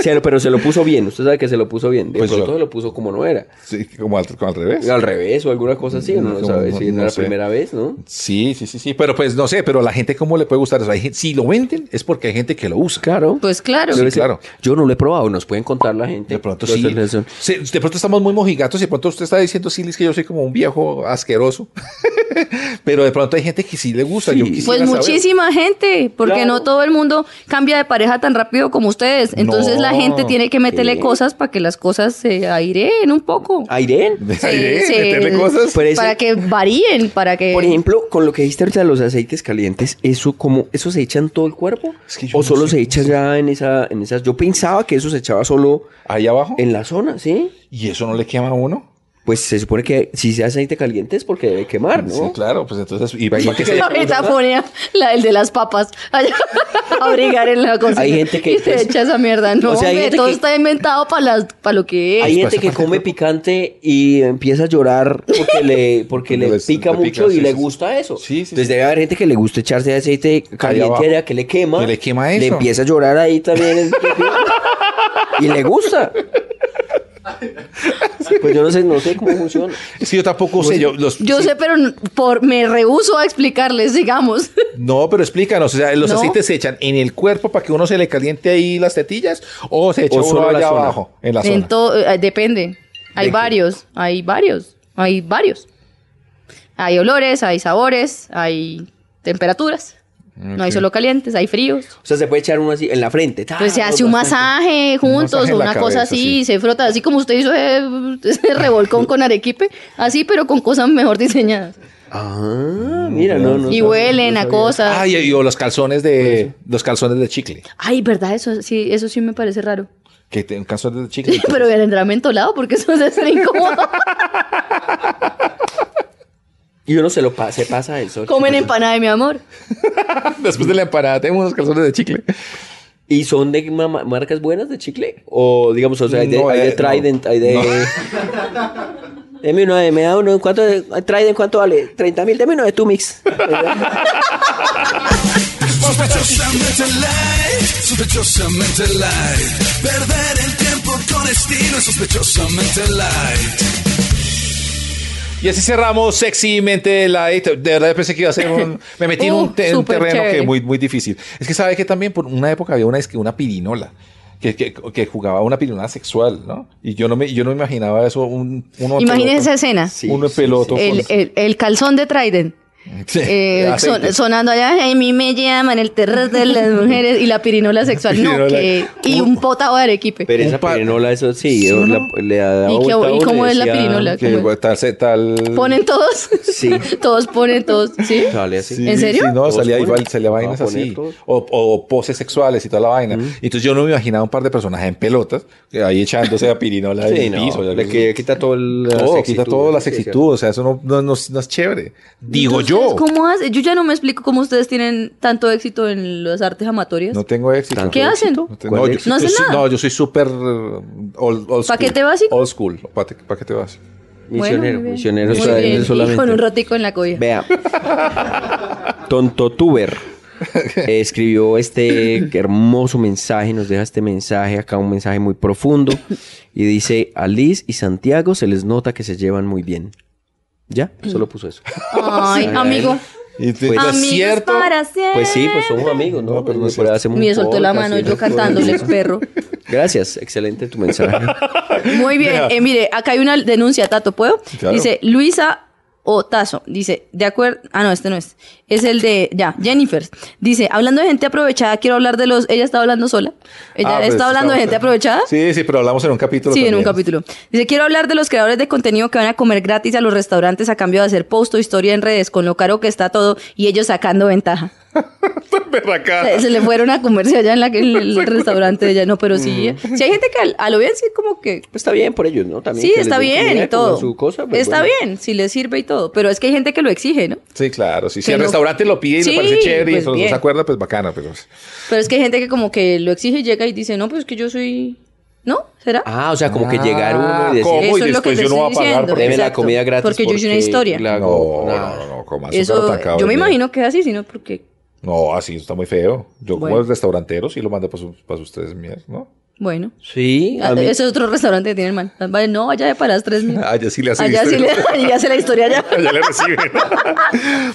C: Sí, pero se lo puso bien, usted sabe que se lo puso bien. De
A: Pues
C: pronto
A: yo-
C: se lo puso como no era.
A: Sí, como al, como al revés.
C: Al revés o alguna cosa así, uno no,
A: Pues, No,
C: sabe
A: no,
C: si no
A: no
C: era la
A: sé.
C: primera vez, ¿no?
A: Sí, sí, sí, sí. Pero pues no sé, pero a la gente, ¿cómo le puede gustar eso? Hay gen- si lo venden, es porque hay gente que lo usa.
C: Claro.
B: Pues claro.
A: Sí, claro.
C: Yo no lo he probado, nos pueden contar la gente.
A: De pronto
C: Los
A: sí.
C: del- son-
A: Sí, De pronto estamos muy mojigatos y de pronto usted está diciendo, sí, Liz, que yo soy como un viejo asqueroso. Pero de pronto hay gente que sí le gusta. Yo
C: Sí.
A: quisiera
B: Pues
A: saber.
B: muchísima gente, porque
C: Claro.
B: no todo el mundo cambia de pareja tan rápido como ustedes. Entonces la
A: No.
B: gente tiene que meterle
C: Sí.
B: cosas para que las cosas se aireen un poco.
C: Airén.
A: Sí,
B: Se- se-
A: meterle cosas.
C: Pero ese-
B: Para que varíen, para que...
C: Por ejemplo, con lo que dijiste ahorita de los aceites calientes, ¿eso como, eso se echa en todo el cuerpo?
A: Es que yo
C: ¿O
A: no
C: solo
A: sé,
C: se
A: no
C: echa
A: sé.
C: ya en, esa, en esas? Yo pensaba que eso se echaba solo
A: Ahí abajo.
C: en la zona, ¿sí?
A: ¿Y eso no le quema a uno?
C: Pues se supone que si se hace aceite caliente es porque debe quemar, ¿no?
A: Sí, claro. Pues entonces, ¿y para qué se-
B: Ahorita ponía la, el de las papas allá, a brigar en la cocina.
C: Hay gente que-
B: Y se
C: pues-
B: echa esa mierda. No,
C: O sea, hay
B: hombre,
C: gente
B: todo
C: que-
B: está inventado para las para lo que es.
C: Hay
A: Pues
C: gente que
A: pasa parte
C: come picante y empieza a llorar porque le, porque le
A: Les-
C: pica
A: le pica,
C: mucho y
A: sí,
C: le
A: sí, sí.
C: gusta eso.
A: Sí, sí,
C: Entonces
A: sí.
C: debe haber gente que le gusta echarse aceite
A: abajo.
C: caliente allá que le quema.
A: Que le quema
C: Le
A: eso.
C: empieza a llorar ahí también. el- y le gusta. Pues yo no sé, no sé cómo funciona.
A: Sí, yo tampoco sé. Yo, los-
B: Yo
A: sí.
B: sé, pero n- por, me rehuso a explicarles, digamos.
A: No, pero explícanos. O sea, ¿los
B: No.
A: aceites se echan en el cuerpo para que uno se le caliente ahí las tetillas o se echa
C: O
A: uno
C: solo en la
A: allá
C: zona.
A: abajo, en la
B: En
A: zona?
B: todo- eh, depende. Hay
C: qué?
B: varios, hay varios, hay varios. Hay olores, hay sabores, hay temperaturas. No hay solo calientes, hay fríos.
C: O sea, se puede echar uno así en la frente. ta,
B: Pues se hace un
C: bastante.
B: masaje juntos
A: Ah, masaje
B: o
A: en la
B: una cosa
A: cabeza,
B: así,
A: sí.
B: se frota, así como usted hizo eh, ese revolcón con arequipe, así pero con cosas mejor diseñadas.
C: Ah, mira, no, no.
B: y
C: sabía,
B: huelen
C: no
B: a
C: sabía.
B: cosas.
A: Ay, y o los calzones
C: Pues
A: de los calzones de chicle.
B: Ay, ¿verdad? Eso sí, eso sí me parece raro.
A: Que te, calzones de chicle.
B: pero vendrá mentolado porque eso debe ser incómodo.
C: Y uno se lo pasa, se pasa eso.
B: Comen empanada de mi amor.
A: Después de la empanada tenemos unos calzones de chicle.
C: ¿Y son de ma- ma- marcas buenas de chicle? O digamos, o sea, hay de,
A: No,
C: hay de
A: eh,
C: Trident,
A: no.
C: hay de...
A: No.
C: Deme uno de, me da uno, ¿cuánto? de- Trident, ¿cuánto vale? 30 mil, deme uno de Tumix.
E: Sospechosamente light, sospechosamente light. Perder el tiempo con estilo es sospechosamente light.
A: Y así cerramos sexymente la De verdad pensé que iba a ser un. Me metí en un,
B: Uh,
A: te- un
B: súper
A: terreno
B: chévere.
A: que muy, muy difícil. Es que sabe que también por una época había una, es que una pirinola. Que, que, que jugaba una pirinola sexual, ¿no? Y yo no me, yo no me imaginaba eso. Un, uno
B: Imagínense esa
A: pelota-
B: escena.
A: uno en peloto.
B: El,
A: con-
B: el- el calzón de Trident.
A: Sí,
B: eh, son-
A: aceite.
B: sonando allá, a mí me llaman el terror de las mujeres y la pirinola sexual. No,
A: Pirinola.
B: que- y un potado de arequipe.
C: Pero
A: Un
C: esa
A: pa-
C: pirinola, eso sí,
A: ¿Sí o
C: la-
A: no?
C: le ha dado
B: ¿Y qué-
C: vuelta a
B: y
C: uno
B: cómo es la
C: decía-
B: pirinola?
A: Que
B: ¿Cómo es?
A: tal, se- tal.
B: ¿Ponen todos?
C: Sí.
B: todos ponen todos, ¿sí?
C: Sale así.
A: Sí,
B: ¿En serio?
A: sí, no,
C: Todos
A: salía,
C: ponen.
A: igual, salía vainas
C: Va a poner
A: así.
C: todos.
A: O, o poses sexuales y toda la vaina.
C: Mm.
A: Entonces yo no me imaginaba un par de personas en pelotas eh, ahí echándose a pirinola en
C: Sí,
A: el
C: no,
A: piso. ya
C: le
A: que-
C: que- quita todo el... la
A: todo,
C: sexitud,
A: quita toda la
C: sí, sí, sí.
A: sexitud. O sea, eso no, no- no- no es chévere. Digo
B: Entonces,
A: yo.
B: ¿Cómo hace? Yo ya no me explico cómo ustedes tienen tanto éxito en las artes amatorias.
A: No tengo éxito.
C: ¿Tanto
B: ¿Qué hacen?
A: No, te-
C: ¿Cuál
A: no, yo,
C: éxito?
B: ¿No hacen
A: yo soy-
B: nada?
A: no, yo soy súper eh, old, old
B: ¿Paquete
A: school.
B: básico?
A: Old school. Pate- Paquete básico.
B: Bueno,
C: Misionero,
B: muy bien.
C: misionero
B: Muy
C: está-
B: bien, y
C: solamente.
B: con un ratico en la colla.
C: Vea. Tonto tuber. eh, escribió este hermoso mensaje, nos deja este mensaje acá, un mensaje muy profundo, y dice, a Liz y Santiago se les nota que se llevan muy bien. Ya, solo puso eso.
B: Mm. Ay, amigo.
A: Y te-
C: Pues-
A: ¿es
B: Amigos
A: cierto?
B: para siempre.
C: Pues sí, pues somos amigos, ¿no?
A: pero no es Pues
C: Por ahí hacemos un
B: Me soltó la
C: podcast
B: mano
C: y
B: yo
C: una cosa.
B: cantándoles perro.
C: Gracias, excelente tu mensaje.
B: Muy bien,
A: Vea.
B: eh, mire, acá hay una denuncia, Tato, ¿puedo?
A: Claro.
B: Dice Luisa o Tazo, dice, de acuerdo, ah, no, este no es, es el de, ya, Jennifer, dice, hablando de gente aprovechada, quiero hablar de los, ella está hablando sola,
A: Ah,
B: ella
A: pues,
B: está hablando de gente
A: estamos-
B: aprovechada.
A: Sí, sí, pero hablamos en un capítulo.
B: Sí, en un
A: también.
B: capítulo. Dice, quiero hablar de los creadores de contenido que van a comer gratis a los restaurantes a cambio de hacer post o historia en redes, con lo caro que está todo y ellos sacando ventaja.
A: Berraca.
B: Se, se le fueron a comerse allá en, la, en el restaurante de ella, no, pero sí, si hay gente que al- a lo bien sí como que
C: Pues está bien por ellos, ¿no? Mm. También
B: sí,
C: que les
B: está
C: den
B: bien
C: comida,
B: y todo.
C: coman su cosa, pues,
B: está
C: bueno.
B: bien, si le sirve y todo. Pero es que hay gente que lo exige, ¿no?
A: Sí, claro. Sí, si
B: Que
A: el
B: no-
A: restaurante lo pide y
B: Sí,
A: le parece chévere y
B: pues
A: se los
B: bien.
A: dos acuerda, pues bacana. Pero...
B: Pero es que hay gente que como que lo exige y llega y dice, no, pues que yo soy... ¿No? ¿Será?
C: Ah, o sea, como que
A: Ah,
C: llegar uno y decir,
A: ¿cómo? Y
B: Eso es lo que
A: después
B: te
A: yo no voy a
B: estoy
A: pagar
B: diciendo.
A: porque
C: deme la
B: Exacto,
C: comida gratis.
B: porque yo hice una historia.
C: la hago".
A: No,
C: Nah.
A: no, no, como así, pero tan
B: Eso,
A: cabrón,
B: yo me
A: ¿no?
B: imagino que es así, sino porque...
A: No, así está muy feo. Yo
B: Bueno.
A: como el restaurantero sí lo mando para, ustedes mías, ¿no?
B: Bueno,
C: Sí, a mí-
B: ese es otro restaurante que tiene el man. Vaya, No, allá de para las tres mil.
A: Ah, ya sí le hace
B: Allá sí le,
A: historia.
B: allá hace la historia allá.
A: Ya le reciben.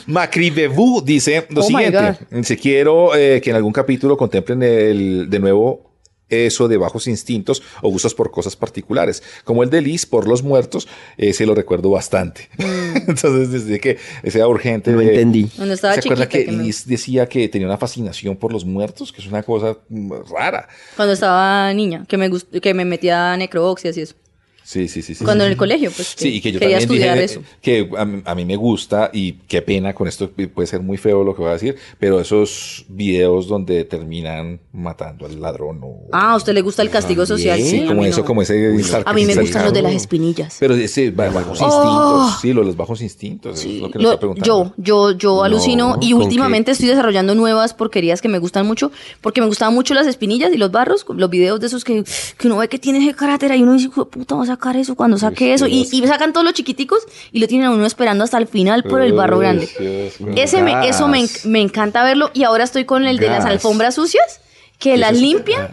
A: Macri Bebú dice lo
B: Oh my
A: siguiente. Dice, quiero eh, que en algún capítulo contemplen el, de nuevo eso de bajos instintos o gustos por cosas particulares. Como el de Liz por los muertos, eh, se lo recuerdo bastante. Entonces, desde que sea urgente.
C: No
A: de-
C: entendí.
B: Cuando estaba
A: ¿Se acuerda
B: chiquita.
A: que,
B: que me-
A: Liz decía que tenía una fascinación por los muertos? Que es una cosa mm, rara.
B: Cuando estaba niña, que me, gust- que me metía a necrobox y así eso.
A: Sí, sí, sí. sí
B: Cuando
A: sí.
B: en el colegio, pues.
A: Sí, y que yo
B: quería
A: también dije
B: estudiar
A: eh,
B: eso.
A: que a mí, a mí me gusta y qué pena con esto, y puede ser muy feo lo que voy a decir, pero esos videos donde terminan matando al ladrón o...
B: Ah, a usted le gusta el castigo social.
A: sí,
B: Sí, a
A: como
B: mí
A: eso,
B: no.
A: como ese... sarcasmo.
B: A mí me gustan los de las espinillas. Oh.
A: Pero ese, ba- bajos instintos, sí, los, los bajos instintos, es lo que nos
B: Lo-
A: está preguntando.
B: yo, yo, yo alucino y
C: ¿con
B: últimamente estoy desarrollando nuevas porquerías que me gustan mucho, porque me gustaban mucho las espinillas y los barros, los videos de esos que, que uno ve que tiene ese carácter y uno dice, "Hijo de puta, va a sacar eso cuando saque eso. Y, y sacan todos los chiquiticos y lo tienen a uno esperando hasta el final por el barro
A: Uy,
B: grande.
A: Dios mío.
B: Ese me, eso me, enc- me encanta verlo y ahora estoy con el de las
C: Gas.
B: alfombras sucias, que las limpian.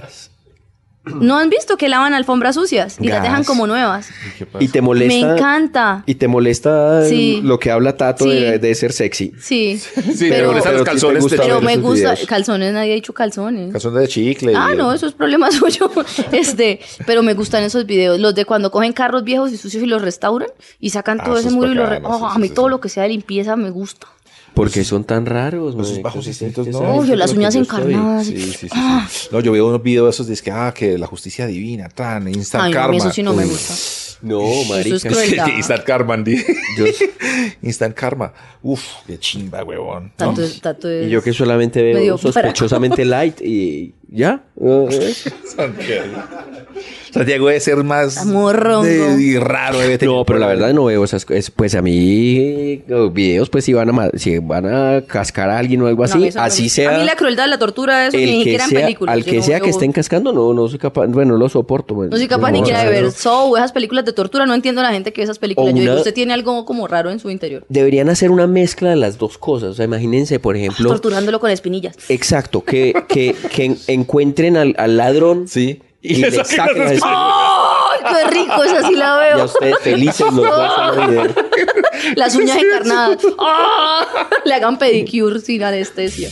B: ¿No han visto que lavan alfombras sucias y las
C: Gas.
B: dejan como nuevas?
A: ¿Qué pasa?
C: Y te
B: Me
C: molesta.
B: encanta.
C: Y te molesta
B: Sí.
C: lo que habla Tato de,
B: Sí.
C: de ser sexy.
B: Sí.
A: Sí,
B: pero-
A: pero, molestan
C: pero
A: los
C: a ti te
A: calzones.
C: gusta
A: de-
B: Pero
C: ver
B: me
C: esos
B: gusta.
C: videos.
B: Calzones, nadie ha dicho calzones.
A: Calzones de chicle. y
B: Ah,
A: el-
B: no, eso es problema suyo. Este, pero me gustan esos videos. Los de cuando cogen carros viejos y sucios y los restauran y sacan
A: Ah,
B: todo
A: eso
B: ese
A: es
B: muro y lo re-
A: bacano, sí,
B: Oh, A
A: sí,
B: mí
A: sí,
B: todo
A: sí.
B: lo que sea de limpieza me gusta.
C: Porque son tan raros,
A: Esos
C: marica,
A: bajos
C: sí, sí,
A: instintos,
C: sí,
A: ¿no?
C: sí,
A: Uy,
C: sí,
B: Uy, las
C: lo que
B: uñas
C: yo estoy.
B: encarnadas.
A: Sí, sí, sí, sí.
B: Ah.
A: No, yo veo unos videos de esos de que, ah, que la justicia divina, tan, instant
B: Ay, no, a
A: karma.
B: mí eso sí no me
A: Uy.
B: gusta.
C: No, marica.
B: es cruel. Crueldad.
A: Instant karma, Andy. Instant karma. Uf, qué chimba, huevón. ¿no?
B: Tanto, es- tanto es-
C: Y yo que solamente veo
B: Medio
C: sospechosamente light y ya.
A: Santiago debe ser más
B: Muy ronco.
A: de- y raro. debe tener
C: No, pero la verdad no veo esas cosas. Pues a mí, los videos, pues si van a, ma- si van a cascar a alguien o algo
B: No, a mí
C: así,
B: eso no me
C: así
B: gusta.
C: sea.
B: A mí la crueldad, la tortura, eso ni
C: el que
B: siquiera en
C: sea,
B: películas.
C: al
B: Yo
C: que
B: no
C: sea que
B: veo-
C: estén cascando, no, no soy capaz, bueno, lo soporto. pues,
B: No soy capaz
C: no,
B: ni siquiera de
C: no,
B: ver
C: no.
B: Saw o esas películas de tortura. No entiendo a la gente que ve esas películas.
C: O
B: Yo digo,
C: una-
B: usted tiene algo como raro en su interior.
C: Deberían hacer una mezcla de las dos cosas. O sea, imagínense, por ejemplo,
B: Torturándolo con espinillas.
C: Eh, exacto, que, que, que en- encuentren al, al ladrón
A: Sí.
C: y,
A: Y
C: le
A: le saquen
C: saquen
A: las
C: las especies.
B: ¡Ay, qué rico! Esa sí la
C: Y a
B: veo.
C: ustedes felices los dos en la vida.
B: Las uñas encarnadas. ¡Ah! Le hagan pedicure sin anestesia.